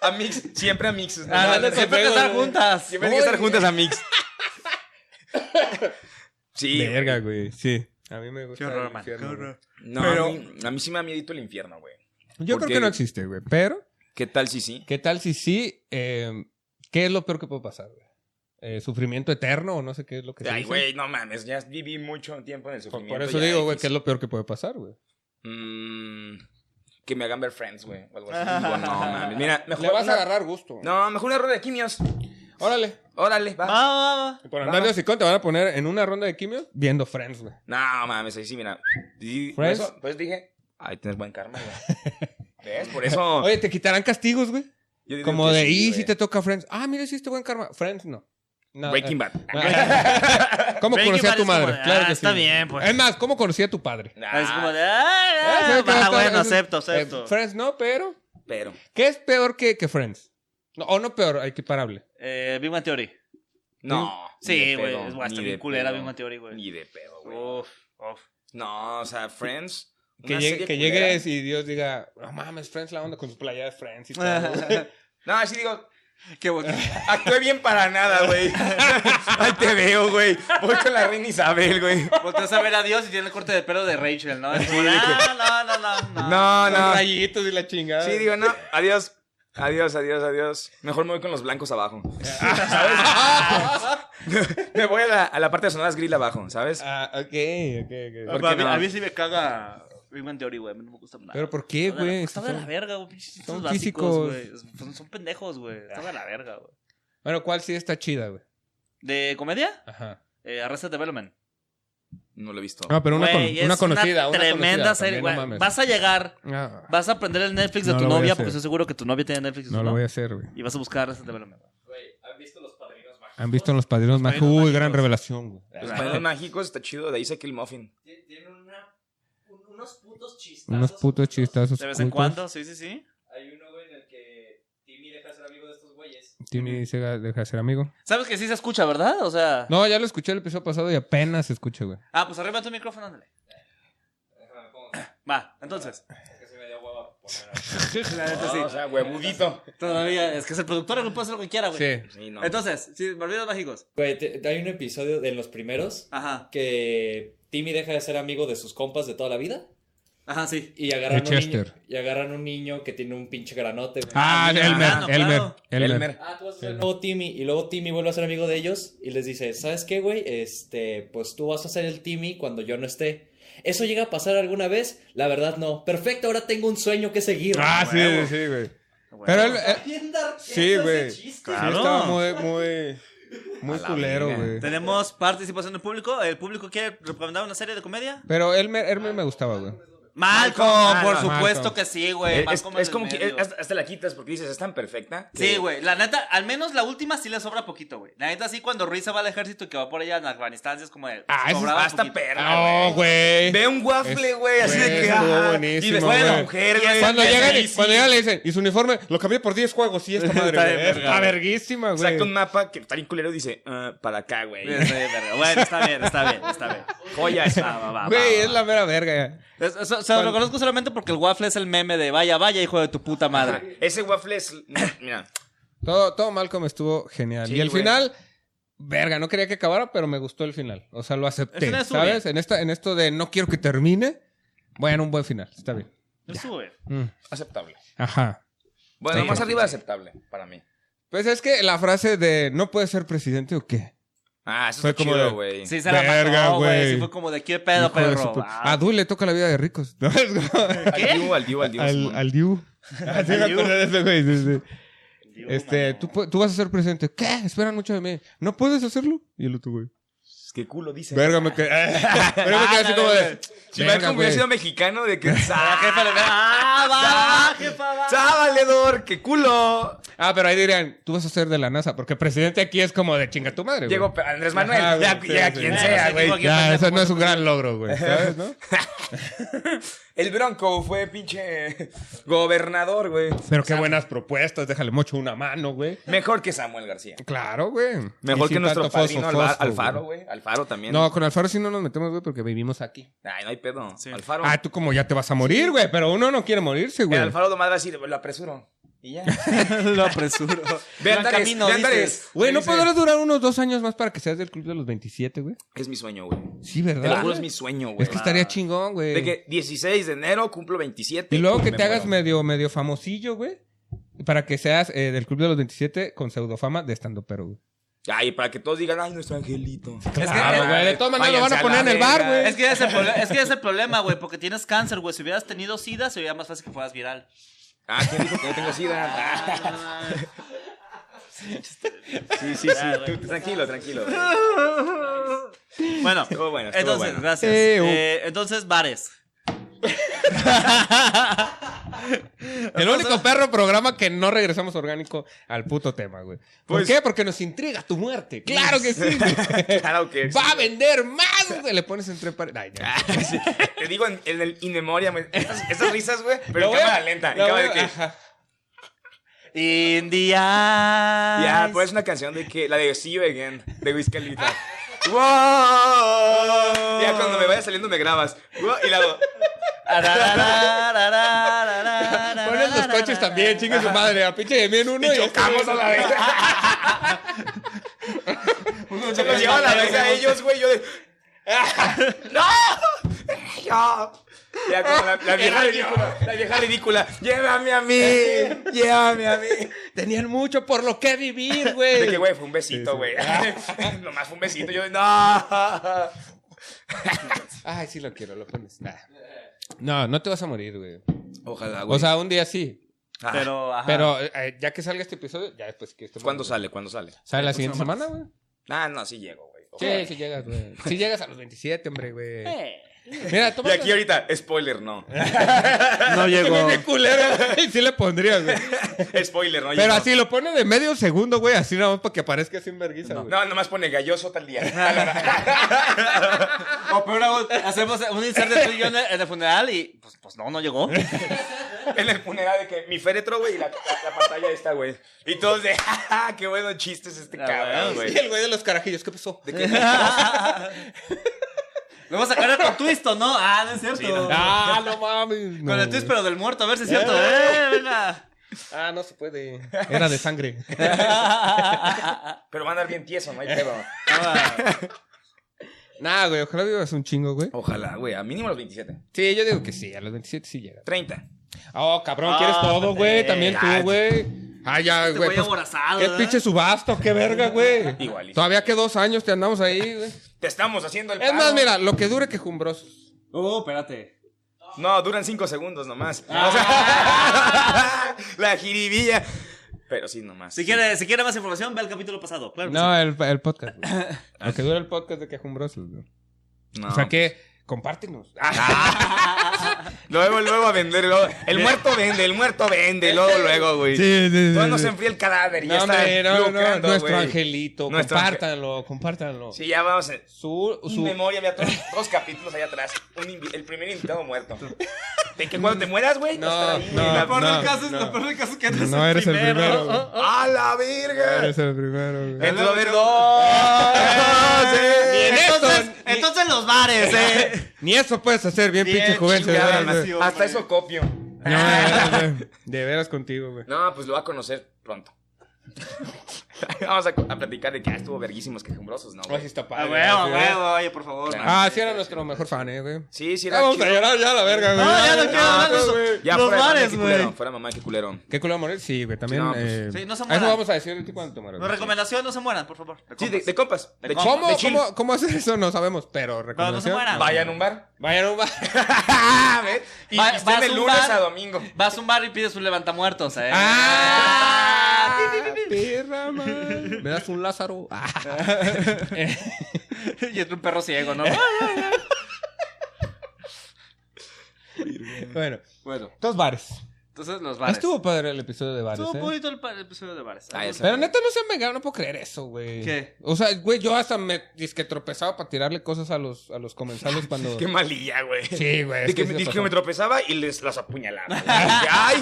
A Mix, siempre a Mix. ¿no?
Ah,
no,
siempre
siempre,
que estar
güey.
juntas.
Siempre hay que estar juntas a Mix. Sí.
pues. Verga, güey, sí. A mí me gusta
Qué horror,
el
man.
infierno,
Qué
güey.
horror.
No,
Pero-
a, mí, a mí sí me da miedito el infierno, güey.
Yo creo
Porque-
que no existe, güey, pero...
¿Qué tal si sí?
¿Qué tal si sí? eh, ¿Qué es lo peor que puede pasar, güey? Eh, ¿Sufrimiento eterno o no sé qué es lo que se
Ay,
dice?
güey, no mames. Ya viví mucho tiempo en el
Por,
sufrimiento.
por eso
ya,
digo, güey,
X.
que es lo peor que puede pasar, güey.
Mm, que me hagan ver Friends, güey. O algo así. Digo, no mames. Mira, mejor.
Le vas
una-
a agarrar gusto.
No, mejor una rueda de quimios.
Órale.
Órale,
Va,
va.
Ah.
va, va.
Por andar de hocicón te van a poner en una ronda de quimio viendo Friends, güey.
No, mames, ahí sí, mira. Y por
¿Friends?
eso, pues dije, ay, tienes buen karma, güey. ¿Ves? Por eso.
Oye, te quitarán castigos, güey.
yo digo
Como
que
de,
sí,
y
güey.
si te toca Friends. Ah, mira, hiciste buen karma. Friends, no. no
Breaking Bad.
Bad. ¿Cómo
Breaking
conocí a
Bad
tu
es como
madre?
de, ah,
claro que
está
sí.
bien, pues.
Es más, ¿cómo conocí a tu padre?
Nah,
Es como de, ay, ah,
Ah, ¿sabes qué va a
ah,
estar?
bueno,
Es-
acepto,
eh,
acepto.
Friends no, pero...
Ah, pero.
¿Qué es peor que, que Friends? No, o no peor, equiparable.
Eh, Big Bang Theory.
No. ni
Sí,
de
güey.
pedo,
Es hasta
ni
bien
de
culera
pedo,
Big Bang Theory, güey.
Ni de pedo, güey.
Uf, uf.
No, o sea, Friends.
Que,
una
llegue,
serie
que
culera.
llegues y Dios diga, no mames, Friends la onda con su playa de Friends y todo.
pues,
güey".
No, así digo,
Qué bonito.
actué bien para nada, güey. Ahí te veo, güey. Voy con la reina Isabel, güey.
Volteas pues, a ver a Dios y tiene el corte de pelo de Rachel, ¿no? Es como, ah, no, no, no, no.
No,
Con
no.
rayitos y la chingada.
Sí, digo, no. Adiós. Adiós, adiós, adiós. Mejor me voy con los blancos abajo.
pues.
Me voy a la, a la parte de sonadas grill abajo, ¿sabes?
Ah, ok, ok, ok.
Porque
¿Por
a,
qué
mí,
no?
a mí sí me caga Big Bang Theory, güey. A mí no me gusta nada.
¿Pero por qué,
Está de la-
güey?
Está de la
Son-
verga, güey. pinches chistes
son
básicos,
físicos.
güey. Son, son pendejos, güey. Está de la verga, güey.
Bueno, ¿cuál sí está chida, güey?
¿De comedia?
Ajá.
Eh, Arrested Development.
No lo he visto.
No, pero una,
Güey,
con-
es
una conocida. Una
tremenda
conocida
serie,
también, no
güey.
mames.
vas a llegar,
Ah,
vas a aprender el Netflix de
No
tu
lo voy a
novia,
hacer.
porque estoy seguro que tu novia tiene Netflix.
no
¿no?
lo voy a hacer, güey.
Y vas a buscar Arrested Development.
Güey, ¿han visto los padrinos mágicos?
Han visto en los
Padrinos
padrinos mágicos. Uy,
Mágicos.
gran revelación, güey.
Los paneles mágicos está chido, de ahí saqué el muffin.
Tien- Tienen una, un- una unos putos chistazos.
Unos putos chistazos.
De vez en
cultos.
cuando, sí, sí, sí.
Hay uno, güey, en el que Timmy deja de ser amigo de estos güeyes.
Timmy dice, deja de ser amigo.
Sabes que sí se escucha, ¿verdad? O sea.
No, ya lo escuché el episodio pasado y apenas se escucha, güey.
Ah, pues arriba tu micrófono, ándale.
Déjame me pongo,
Va, entonces.
es que se me dio hueva poner
La neta
O
sí.
sea, huevudito.
Todavía, es que es el productor, no puede hacer lo que quiera, güey.
Sí.
Sí, no.
Entonces, sí, barbidos mágicos.
Güey, te- hay un episodio de los primeros
Ajá,
que Timmy deja de ser amigo de sus compas de toda la vida
ajá, sí.
y agarran,
De
un niño,
Chester.
y agarran un niño que tiene un pinche granote. güey.
Ah,
Ah,
Elmer,
claro,
Elmer,
claro.
Elmer.
Elmer.
Ah, tú vas a ser el nuevo Timmy. Y luego Timmy vuelve a ser amigo de ellos y les dice, ¿sabes qué, güey? Este, pues tú vas a ser el Timmy cuando yo no esté. ¿Eso llega a pasar alguna vez? La verdad no. Perfecto, ahora tengo un sueño que seguir.
Ah, sí,
Huevo.
sí, güey.
Bueno.
Pero él, él-
Bien dark
Sí,
es ese
güey.
chiste.
Ah, Claro.
sí estaba muy, muy, muy
A la
culero,
verga.
güey.
Tenemos participación del público. ¿El público quiere recomendar una serie de comedia?
Pero Elmer, Elmer me gustaba, güey.
Malcolm,
Malcolm,
por
Malcolm.
supuesto que sí, güey.
Es, Eh, es-
Malcolm
es
en
como
el
que
medio.
es- hasta, hasta la quitas porque dices, es tan perfecta.
Sí,
que-
güey. La neta, al menos la última sí le sobra poquito, güey. La neta sí, cuando Ruiz se va al ejército y que va por allá en Afganistán, sí es como de. pues,
Ah, eso
sobraba
hasta
poquito.
perra.
No, güey.
Ah, Ve un waffle,
Es-
güey, así de
güey,
que.
estuvo
ah,
buenísimo,
y después de la
güey.
mujer, güey.
Cuando
que
llegan,
ahí
y-
sí.
cuando llegan le dicen, y su uniforme, lo cambié por 10 juegos, y esta madre,
Está de
güey.
verga,
Está
güey.
verguísima, güey.
Saca un mapa que está bien culero y dice, ah, para acá, güey.
Sí, está bien, verga. Bueno, está bien, está bien, está bien.
Joya
Va,
esa.
va, va,
Güey,
va,
es
va.
la mera verga.
Es- es- se lo reconozco solamente porque el waffle es el meme de vaya, vaya, hijo de tu puta madre.
Ese waffle es. Mira.
Todo, todo Malcolm estuvo genial.
Sí,
y el
güey.
final, verga, no quería que acabara, pero me gustó el final. O sea, lo
El
acepté,
final estuvo
¿sabes? En, esta, en esto de no quiero que termine, bueno, un buen final, está bien.
Sube.
Mm,
Aceptable.
Ajá.
Bueno,
Sí.
más arriba aceptable para mí.
Pues es que la frase de no puedes ser presidente o qué.
Ah, eso
Fue
está
como
chido,
de-
güey.
Sí, se la
Verga,
mató, güey.
güey.
Sí, fue como de qué pedo,
Hijo de su
perro.
pu-
Ah,
a Dui le toca la vida de ricos. ¿no? Es como-
Al Diu, al Diu, al Diu.
al,
Simón.
al Diu. Ah, sí, me acuerdo de ese güey, sí, sí. Este, tú, pu- tú vas a ser presidente. ¿Qué? Esperan mucho de mí. ¿No puedes hacerlo? Y el otro güey.
Qué culo dice.
Verga, me quedé. Verga, me quedé así como
Ah,
de.
Si
verga,
Malcolm
güey.
hubiera sido mexicano, de que.
La jefa le ¡Ah, va,
Ah,
jefa, va!
¡Ah, valedor! ¡Qué culo!
Ah, pero ahí dirían, tú vas a ser de la NASA, porque presidente aquí es como de chinga tu madre. güey.
Llegó Andrés Manuel.
Ajá, güey,
ya
sí,
ya
sí.
quien
Bueno,
sea,
sí,
güey.
digo que-
Ya, eso no es un gran logro, güey. ¿Sabes, no?
El Bronco fue pinche gobernador, güey.
Pero qué buenas propuestas, déjale mucho una mano, güey.
Mejor que Samuel García.
Claro, güey.
Mejor
Y
que
sin
nuestro
tanto fosfo,
padrino Alva-
fosfo,
Alfaro,
güey.
güey. Alfaro también.
No, con Alfaro sí no nos metemos, güey, porque vivimos aquí.
Ay, no hay pedo.
Sí.
Alfaro.
Ah, tú como ya te vas a morir, güey, pero uno no quiere morirse,
el
güey.
Alfaro de madre así, lo apresuro. Y ya.
Lo apresuro.
Ve
Gran
Andares,
camino,
ve
dices.
Andares.
Güey, ¿no
Dice,
podrás durar unos dos años más para que seas del club de los 27, güey?
Es mi sueño, güey.
Sí,
Te lo
¿verdad?
juro, es mi sueño, güey.
Es que estaría chingón, güey.
De que 16 de enero cumplo 27.
Y luego que
me
te hagas
muero.
medio, medio famosillo, güey. Para que seas eh, del Club de los 27 con pseudofama de estando pero, güey.
Ay, para que todos digan, ay, nuestro angelito.
Es que-
Claro,
eh,
güey. De todas maneras lo van
váyanse
a
la
poner en el bar,
verga.
güey.
Es que ese es el proble- es que ese es el problema, güey, porque tienes cáncer, güey. Si hubieras tenido sida, sería más fácil que fueras viral.
Ah, ¿quién dijo que no tengo sida? Ah, sí, sí,
Ah, güey.
Tú- Tranquilo, tranquilo. güey.
Bueno,
Estuvo bueno, estuvo
entonces,
bueno.
gracias.
Eh, oh.
Eh, entonces, bares.
El único perro programa que no regresamos orgánico al puto tema, güey. ¿Por
Pues-
qué? Porque nos intriga tu muerte. ¡Claro que sí! güey.
Claro que sí.
¡Va a vender más, güey! Le pones entre pares. Ay, ya.
Sí, Te digo en, en el in memoriam, güey. Estas, estas risas, güey, pero
Lo
en
voy a-
cámara lenta. En
lo
cámara
voy
de
a-
que.
ajá.
India.
Ya, pues es una canción de que. La de See You Again, de Wiz Khalifa. ¡Wow! Ya cuando me vaya saliendo me grabas. ¡Wow! Y la hago.
Pones los coches también, chingue su madre. A pinche de mí en uno
Y
y
chocamos a la vez. Se los lleva a la vez a ellos, güey. Yo de. ¡No! ¡Yo! Ya como la, la vieja ridícula. La vieja ridícula. ¡Llévame a mí! ¡Llévame a mí!
Tenían mucho por lo que vivir,
De
güey.
que, güey, fue un besito, güey. Nomás fue un besito. Yo de. ¡No!
Ay, sí lo quiero, lo pones. Nah. No, no te vas a morir, güey.
Ah, Ojalá, Ah,
O sea, un día sí.
Pero, ajá.
Pero eh, ya que salga este episodio, ya después que estemos.
pues, ¿Cuándo sale? ¿Cuándo sale?
¿Sale la siguiente semana, güey?
Ah, no, sí llego, güey.
Sí, sí llegas, güey. Sí llegas a los 27, hombre, güey.
Eh,
Mira,
Y
toma.
aquí ahorita, spoiler, no.
No llegó.
Qué culero, güey. Sí le pondría, güey.
Spoiler, no.
Pero
llegó.
así lo pone de medio segundo, güey. Así nada más para que aparezca sin vergüenza, güey.
No, nomás pone galloso tal día.
O peor aún, hacemos un insert de tú y yo en el, en el funeral y pues, pues no, no llegó.
en el funeral de que mi féretro, güey, y la, la- la pantalla está, güey. Y todos de, "Ja, ja, qué buenos chistes este
Ah, bueno,
cabrón, güey.
Y el güey de los carajillos, ¿qué pasó?
De que-
Lo vamos a sacar con twist, ¿o no? Ah, no es cierto.
Ah, no mames. no,
Con el twist,
güey.
pero del muerto, a ver si es cierto. ¡Eh, venga! Este
Ah, no se puede. Era de sangre.
Pero va a andar bien tieso, no hay pedo.
Nah, güey, ojalá vivas un chingo, güey.
Ojalá, güey, a mínimo los 27.
Sí, yo digo que sí, a los 27 sí llega.
30.
Oh, cabrón, ¿quieres
Ah,
todo, güey?
sí.
También tú,
Ah,
güey. Ah, ya,
Este
güey.
güey
pues,
aborazado.
¿Qué
¿verdad?
pinche subasto? ¿Qué verga, güey?
Igual y-
Todavía que dos años te andamos ahí, güey.
Te estamos haciendo el
Es
paro.
más, mira, lo que dure quejumbrosos.
Uh, espérate.
No, duran 5 segundos nomás. O sea, la jiribilla. Pero sí, nomás.
Si quiere, si quiere más información, ve el capítulo pasado. Claro. que
No, el, el podcast, güey. Lo que dura el podcast de quejumbrosos, güey.
No.
O sea que, compártenos. Ah,
Luego, luego a vender. luego- El muerto vende, el muerto vende. Luego, luego, güey.
sí, sí.
Cuando se enfría el cadáver y
No,
ya está
hombre, no, no,
lucrando,
nuestro
güey.
angelito.
Nuestro ángel.
compártanlo, compártanlo.
Sí, ya vamos. En
Su, su,
memoria, había todos los capítulos allá atrás. Un invi- el primer invitado muerto. De que cuando te mueras, güey,
No,
va a estar ahí.
no.
La-
Lo peor
eh, No,
del caso es,
no.
lo peor del caso es que no,
No
eres el primero.
güey.
¡A la verga!
Eres el primero, güey.
Entonces va a haber dos.
Bien,
eh.
entonces,
Eso, ni-
entonces los bares, eh.
Ni eso puedes hacer bien,
Bien
pinche juventud.
chingada
güey, güey.
nación.
Hasta eso copio.
No, de veras, güey. de veras contigo, güey.
No, pues lo va a conocer pronto. Vamos a, co- a platicar de que ah, estuvo verguísimos, quejumbrosos, ¿no? güey?
Oye, está
A
padre,
Ah, huevo,
güey.
huevo, oye, por favor.
Claro.
Ah, sí era nuestro mejor fan, eh, güey.
Sí, sí,
Ya
era
vamos
chido.
a llorar ya a la verga, güey. Ah,
No, ya no quiero hablar de
güey.
eso.
Ya,
Los
fuera de mamá,
bares,
qué culero,
güey.
Fuera de mamá, qué culero.
¿Qué culo morir? Sí, güey, también.
Sí, no, pues,
eh,
sí, no se
eso
mueran.
vamos a decir el tipo cuando tomar.
Nos recomendación, no se mueran, por favor.
Sí, de, de compas.
De
De
compas.
¿Cómo,
compas.
cómo, ¿Cómo hacer eso? No sabemos, pero
Pero no se
recomendación.
mueran.
Vayan a un bar.
Vayan a un bar.
A ver, y
Va-
y
vas
estén de
a un
lunes
bar.
a domingo.
Vas a un bar y pides un levantamuertos, eh.
¡Ah! Perra, man. ¿Me das un Lázaro? Ah.
y es un perro ciego, ¿no?
Bueno,
bueno.
dos bares.
Entonces los bares.
Estuvo padre el episodio de bares.
Estuvo
eh.
bonito el, pa- el episodio de bares.
Ah, esa.
Pero neta no sean veganos, no puedo creer eso, güey.
¿Qué?
O sea, güey, yo hasta me disque tropezaba para tirarle cosas a los, a los comensales cuando.
Qué malilla, güey.
Sí, güey. es
De que, me-
sí se
de que
pasó.
me tropezaba y les las apuñalaba. güey. Ay,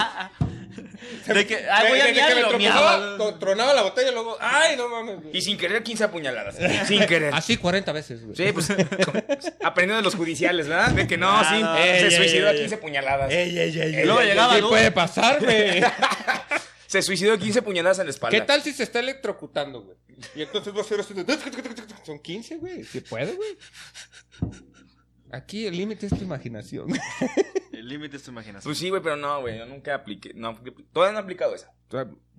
De que, ay, voy a
Desde que
miar y
me
lo
tropezaba,
miaba.
to- tronaba la botella y luego, ay, no mames. güey.
y sin querer 15 apuñaladas. Sin querer.
Así 40 veces, güey.
Sí, pues con- aprendiendo de los judiciales, ¿verdad? De que no,
Ah,
sí,
no.
se
Ey,
suicidó
ey, Eh.
a
ey,
15 puñaladas.
Ey, ey, ey, ey.
luego
ey,
llegaba,
¿Qué
¿no?
puede pasar, güey?
Se suicidó a 15 puñaladas en la espalda.
¿Qué tal si se está electrocutando, güey? Y entonces va a hacer así de- Son 15, güey. Si puede, güey. Aquí el límite es tu imaginación.
El límite es tu imaginación.
Pues sí, güey, pero no, güey, yo nunca apliqué. No, todavía no he aplicado esa.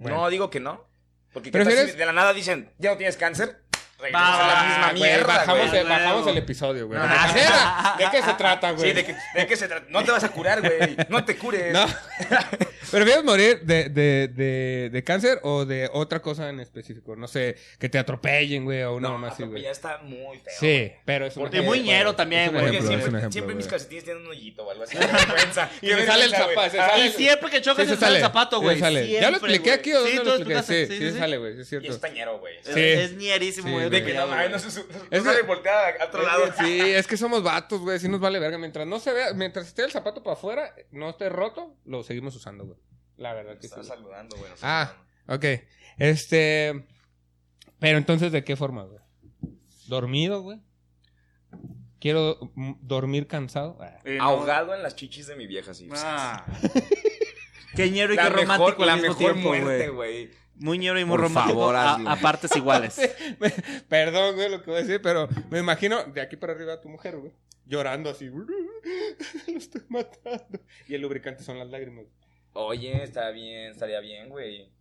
No digo que no. Porque ¿qué tal si
¿Prefieres?
de la nada dicen, ya no tienes cáncer. Regresamos
Va,
a la
va,
misma
Ah, güey,
mierda,
bajamos,
güey.
El, bajamos el episodio, güey. ¿De, qué era? ¿De qué se trata, güey?
Sí, ¿de qué, de qué se trata? No te vas a curar, güey. No te cures.
No. ¿Pero vienes a morir de, de, de, de cáncer o de otra cosa en específico? No sé, que te atropellen, güey, o una
no
mamá así, güey.
Ya está muy feo. güey.
Sí, pero es un
Porque muy
ejemplo,
ñero
güey.
también,
Es un
güey.
Porque
ejemplo,
Por
siempre,
es un ejemplo,
siempre mis
güey.
calcetines tienen un hoyito o algo así. Qué vergüenza.
Y
Qué
me sale el
vergüenza,
zapa-
güey.
se
Ah,
sale
Y
el-
siempre que
Sí,
chocas
se
se sale el zapato,
sí,
güey.
se sale. Ya
Siempre,
lo expliqué
güey.
aquí, ¿o
Sí,
no
tú
lo
lo
expliqué? Sí,
explicaste,
sí,
sí,
se
sí.
sale, güey, sí es
Y es
cierto.
tañero, güey.
Es,
Sí.
es ñerísimo,
Sí,
güey.
güey.
De que no, ay, no se su-
Es
no
que-
sale volteada a otro lado.
Es que Sí, es que somos vatos, güey, sí nos vale verga. Mientras no se vea, mientras esté el zapato para afuera, no esté roto, lo seguimos usando, güey. La verdad que sí.
Está
güey.
saludando, güey.
Ah, ok. Este. Pero entonces, ¿de qué forma, güey? ¿Dormido, güey? ¿Quiero mm, dormir cansado? Ah.
Eh, no.
Ahogado en las chichis de mi vieja, sí.
Ah. Qué ñero y
la
qué romántico
mejor, la
al mismo
mejor
tiempo,
muerte,
güey.
güey.
Muy ñero y muy
Por
romántico
favor,
a,
hazlo.
a partes iguales.
Perdón, güey, lo que voy a decir, pero me imagino de aquí para arriba a tu mujer, güey. Llorando así. Lo estoy matando. Y el lubricante son las lágrimas.
Oye, está bien, estaría bien, güey. Y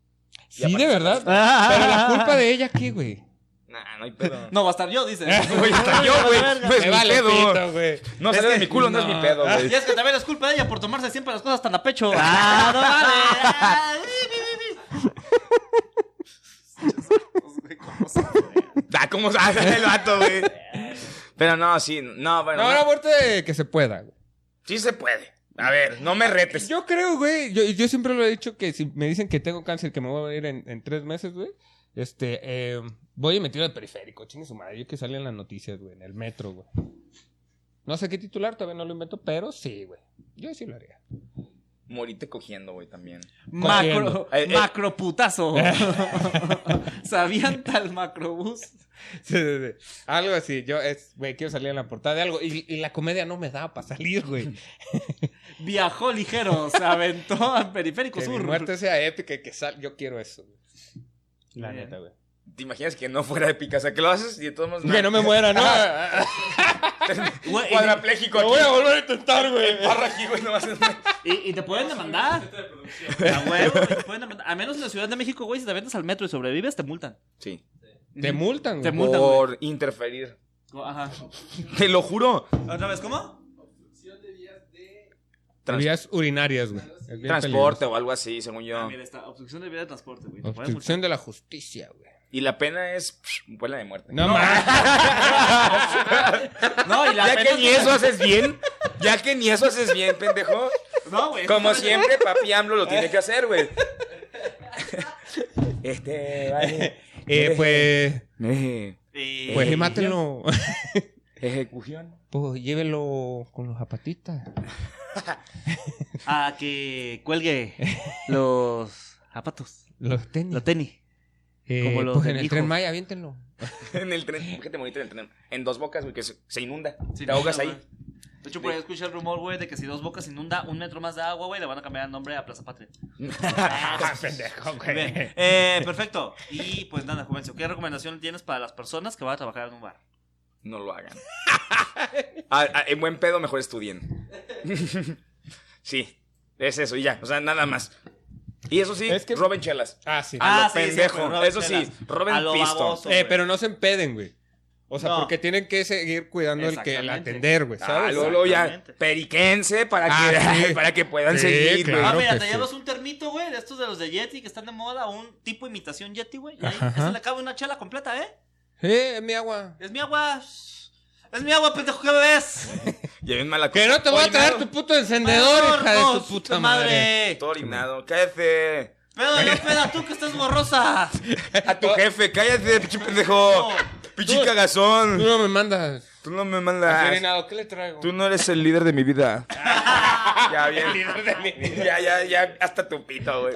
Sí, de
aparte-
verdad. Pero la culpa de ella, ¿qué, güey?
Nah, no hay pedo.
No, va a estar yo, dice.
Güey, hasta yo, güey. No es
Me
mi
vale
pedo.
pito, güey.
No sale de mi culo, no es mi pedo,
Ah,
güey.
Y es que también es culpa de ella por tomarse siempre las cosas tan a pecho. ¡Ah, no vale!
Ah, ¿cómo sabe el vato, güey? Pero no, sí, no, bueno.
No,
no.
la muerte que se pueda, güey.
Sí se puede. A ver, no me retes.
Yo creo, güey. Yo, yo siempre lo he dicho que si me dicen que tengo cáncer, que me voy a ir en, en tres meses, güey. Este, eh, voy y me tiro al periférico, chingue su madre. Yo que salen las noticias, güey, en el metro, güey. No sé qué titular, todavía no lo invento, pero sí, güey. Yo sí lo haría.
Morite cogiendo, güey, también.
Macro,
Eh, eh.
macroputazo. ¿Sabían tal macrobús?
Sí, sí, sí. Algo así. Yo, es, güey, quiero salir en la portada de algo. Y, y la comedia no me da para salir, güey.
Viajó ligero, se aventó al periférico
Que mi
sur.
muerte sea épica y que sal... Yo quiero eso, güey. La
Bien.
neta, güey.
¿Te imaginas que no fuera épica? O sea, que lo haces y de todos modos.
Que no me muera, ¿no?
Güey, y-
Cuadrapléjico aquí.
Lo voy a volver a intentar, güey.
Barra aquí, güey, nomás.
Y, y te pueden demandar. A huevo, güey, te pueden demandar. A menos en la Ciudad de México, güey, si te aventas al metro y sobrevives, te multan.
Sí.
Te multan,
Te
güey.
mul- Multa,
Por interferir.
Oh, Ajá.
Te lo juro.
¿Otra vez cómo?
Trans-
Vías urinarias, güey. Es bien
transporte o algo así, según
Ah,
yo.
mira, está. Obstrucción de vía de transporte, güey.
peligroso.
Te pueden multar.
Obstrucción de la justicia, güey.
Y la pena es. psh, vuela de muerte.
No, más.
No, y la
Ya
pena
que ni
es-
eso haces bien. Ya que ni eso haces bien, pendejo.
No, güey.
Como siempre, papi AMLO lo tiene que hacer, güey. Este, vale.
Eh, pues.
Eh,
Eh,
Pues mátenlo.
ejecución.
Pues llévelo con los zapatistas.
A que cuelgue los zapatos,
Los tenis.
los tenis.
Eh,
como los
pues
del
en el
hijo.
tren Maya, aviéntenlo.
En el tren. ¿Por qué te moriste en el tren? En dos bocas, güey, que se, se inunda. te ahogas ahí.
De hecho, por ahí escuché el rumor, güey, de que si dos bocas inunda un metro más de agua, güey, le van a cambiar el nombre a Plaza Patria.
Ah, pendejo,
Bien, eh, perfecto. Y pues nada, Juvencio, ¿qué recomendación tienes para las personas que van a trabajar en un bar?
No lo hagan. Ah, ah, en buen pedo, mejor estudien. sí, es eso, y ya. O sea, nada más. Y eso sí,
Es que-
roben chelas.
Ah, sí.
Ah,
sí, sí,
pendejo.
pero roben
Eso sí,
chelas.
roben
A lo
pisto.
baboso,
Eh,
güey.
pero no se empeden, güey. O sea,
No.
porque tienen que seguir cuidando el que el
Exactamente.
atender, güey,
Ah,
¿sabes?
luego, luego ya,
Exactamente.
periquense para,
Ah,
que,
sí.
para que puedan
Sí,
seguir, güey.
Ah,
claro
mira,
que
te
sí.
llevas un termito, güey, de estos de los de Yeti que están de moda, un tipo imitación Yeti, güey. y ahí,
Ajá.
Eso le cabe una chela completa, ¿eh?
Eh, mi agua.
Es mi agua. Es mi agua, pendejo, ¿qué ves?
Lleven mala
Que no te voy a
Orinado,
traer tu puto encendedor, hija de tu
Marcos,
puta madre.
Todo orinado. Cállate.
Pedo yo, peda tú que estás borrosa.
A
Oh,
tu jefe, cállate, pinche pendejo. Pinche
Tú-
cagazón.
Tú no me mandas.
Tú no me
Así
mandas.
orinado, ¿qué le traigo?
Tú no eres el líder de mi vida. ya, bien. Ya, ya, ya. Hasta tu pito, güey.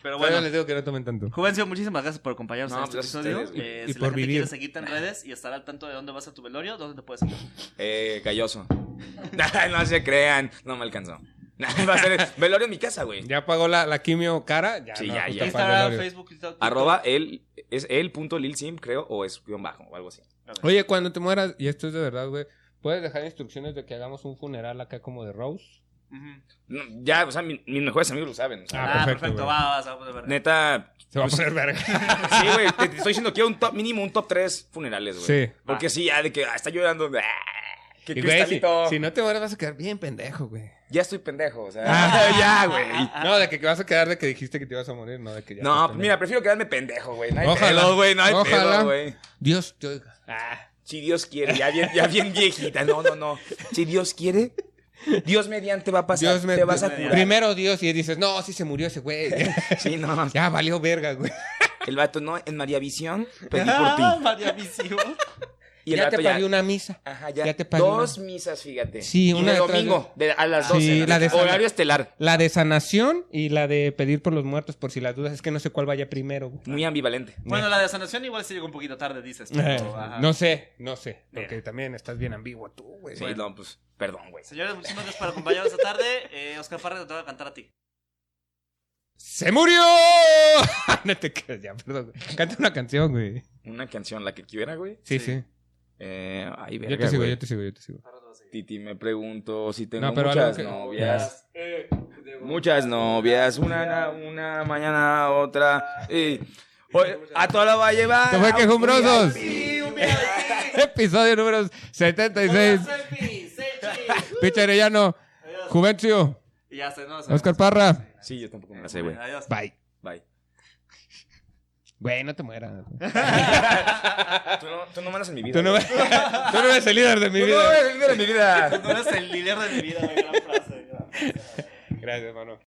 Pero
Todavía
bueno.
les digo que no tomen tanto.
Juvencio, muchísimas gracias por acompañarnos
No,
en este
gracias a
episodio.
ustedes,
Eh,
y- y
si
por
la gente
vivir.
quiere seguirte en redes y estar al tanto de dónde vas a tu velorio, ¿dónde te puedes seguir?
Eh, galloso. no se crean. No me alcanzó. Va a ser velorio en mi casa, güey.
Ya pagó la, la quimio cara. Ya,
Sí,
no, pues,
ya, ya.
justo para el
Instagram,
horario.
Facebook, TikTok.
Arroba el, es el punto Lil Sim, creo, o es guión bajo, o algo así.
Oye, cuando te mueras, y esto es de verdad, güey, ¿puedes dejar instrucciones de que hagamos un funeral acá como de Rose?
Ujú.
No, ya, o sea, mi- mis mejores amigos lo saben. o
Ah,
sea,
Ah, pues.
perfecto,
perfecto, güey.
va, vas a poder ver.
neta,
Se va a poner verga.
sí, güey. Te, te estoy diciendo que un top, mínimo un top 3 funerales, güey.
Sí.
Porque sí, ya de que ah, está llorando. ah, que
Y, güey, si,
cristalito.
si no te mueres, vas a quedar bien pendejo, güey.
Ya estoy pendejo, o sea.
Ah,
Ah,
ya, güey. No, de que, que vas a quedar de que dijiste que te ibas a morir, no de que ya.
No,
estás
pues
pendejo.
mira, prefiero quedarme pendejo, güey. No hay
Ojalá.
pedo, güey. No hay
Ojalá.
pedo, güey.
Dios te oiga.
Si Dios quiere, ya bien, ya bien viejita. No, no, no. Si Dios quiere, Dios mediante va a pasar.
Dios me-
te vas a
Dios
curar.
mediante.
Primero Dios y dices, no, sí se murió ese güey.
Sí, no.
ya valió verga, güey.
El vato, no, en María Visión, pedí por ti.
María Visión.
Y el
Ah, ya
vato
te pagué una misa.
Ajá, ya.
ya te pagué
dos misas, fíjate.
Sí,
y
una
de
detrás de-
domingo, de- a las
Sí,
12.
la de-
Horario estelar.
La de sanación y la de pedir por los muertos, por si las dudas. Es que no sé cuál vaya primero, güey.
Muy ambivalente.
Bueno, la de sanación igual se llegó un poquito tarde, dices.
Eh,
pero, ajá.
no sé, no sé. Porque también estás bien ambiguo tú, güey.
Sí, no, pues, perdón, güey.
Señores, muchísimas gracias por acompañarnos esta tarde. Eh, Oscar Farre te toca cantar a ti.
¡Se murió! no te quedes ya, perdón. güey. Canta una canción, güey.
Una canción, la que quiera, güey.
Sí,
Sí.
sí.
Eh, ay, verga,
Yo te sigo,
güey.
yo te sigo, yo te sigo.
Titi, me pregunto si tengo
pero
muchas
algo que-
novias. Muchas novias, una, una mañana, otra. Y, oye, a toda la va a llevar.
¡Se fue quejumbrosos!
Sí, un video así.
Episodio número 76.
Hola, selfie, selfie.
Picha Arellano,
Adiós.
Juvencio,
Y ya se nos.
Oscar Parra.
Ah, Sí, yo tampoco me la sé, güey.
Adiós.
Bye.
Bye.
Güey, no te mueras.
Tú no, tú no mandas en mi vida.
Tú no,
güey.
eres- tú no eres el líder de mi
Tú no
vida.
eres el líder de mi vida.
Tú eres el líder de mi vida, güey, gran frase. gran frase.
Gracias, hermano.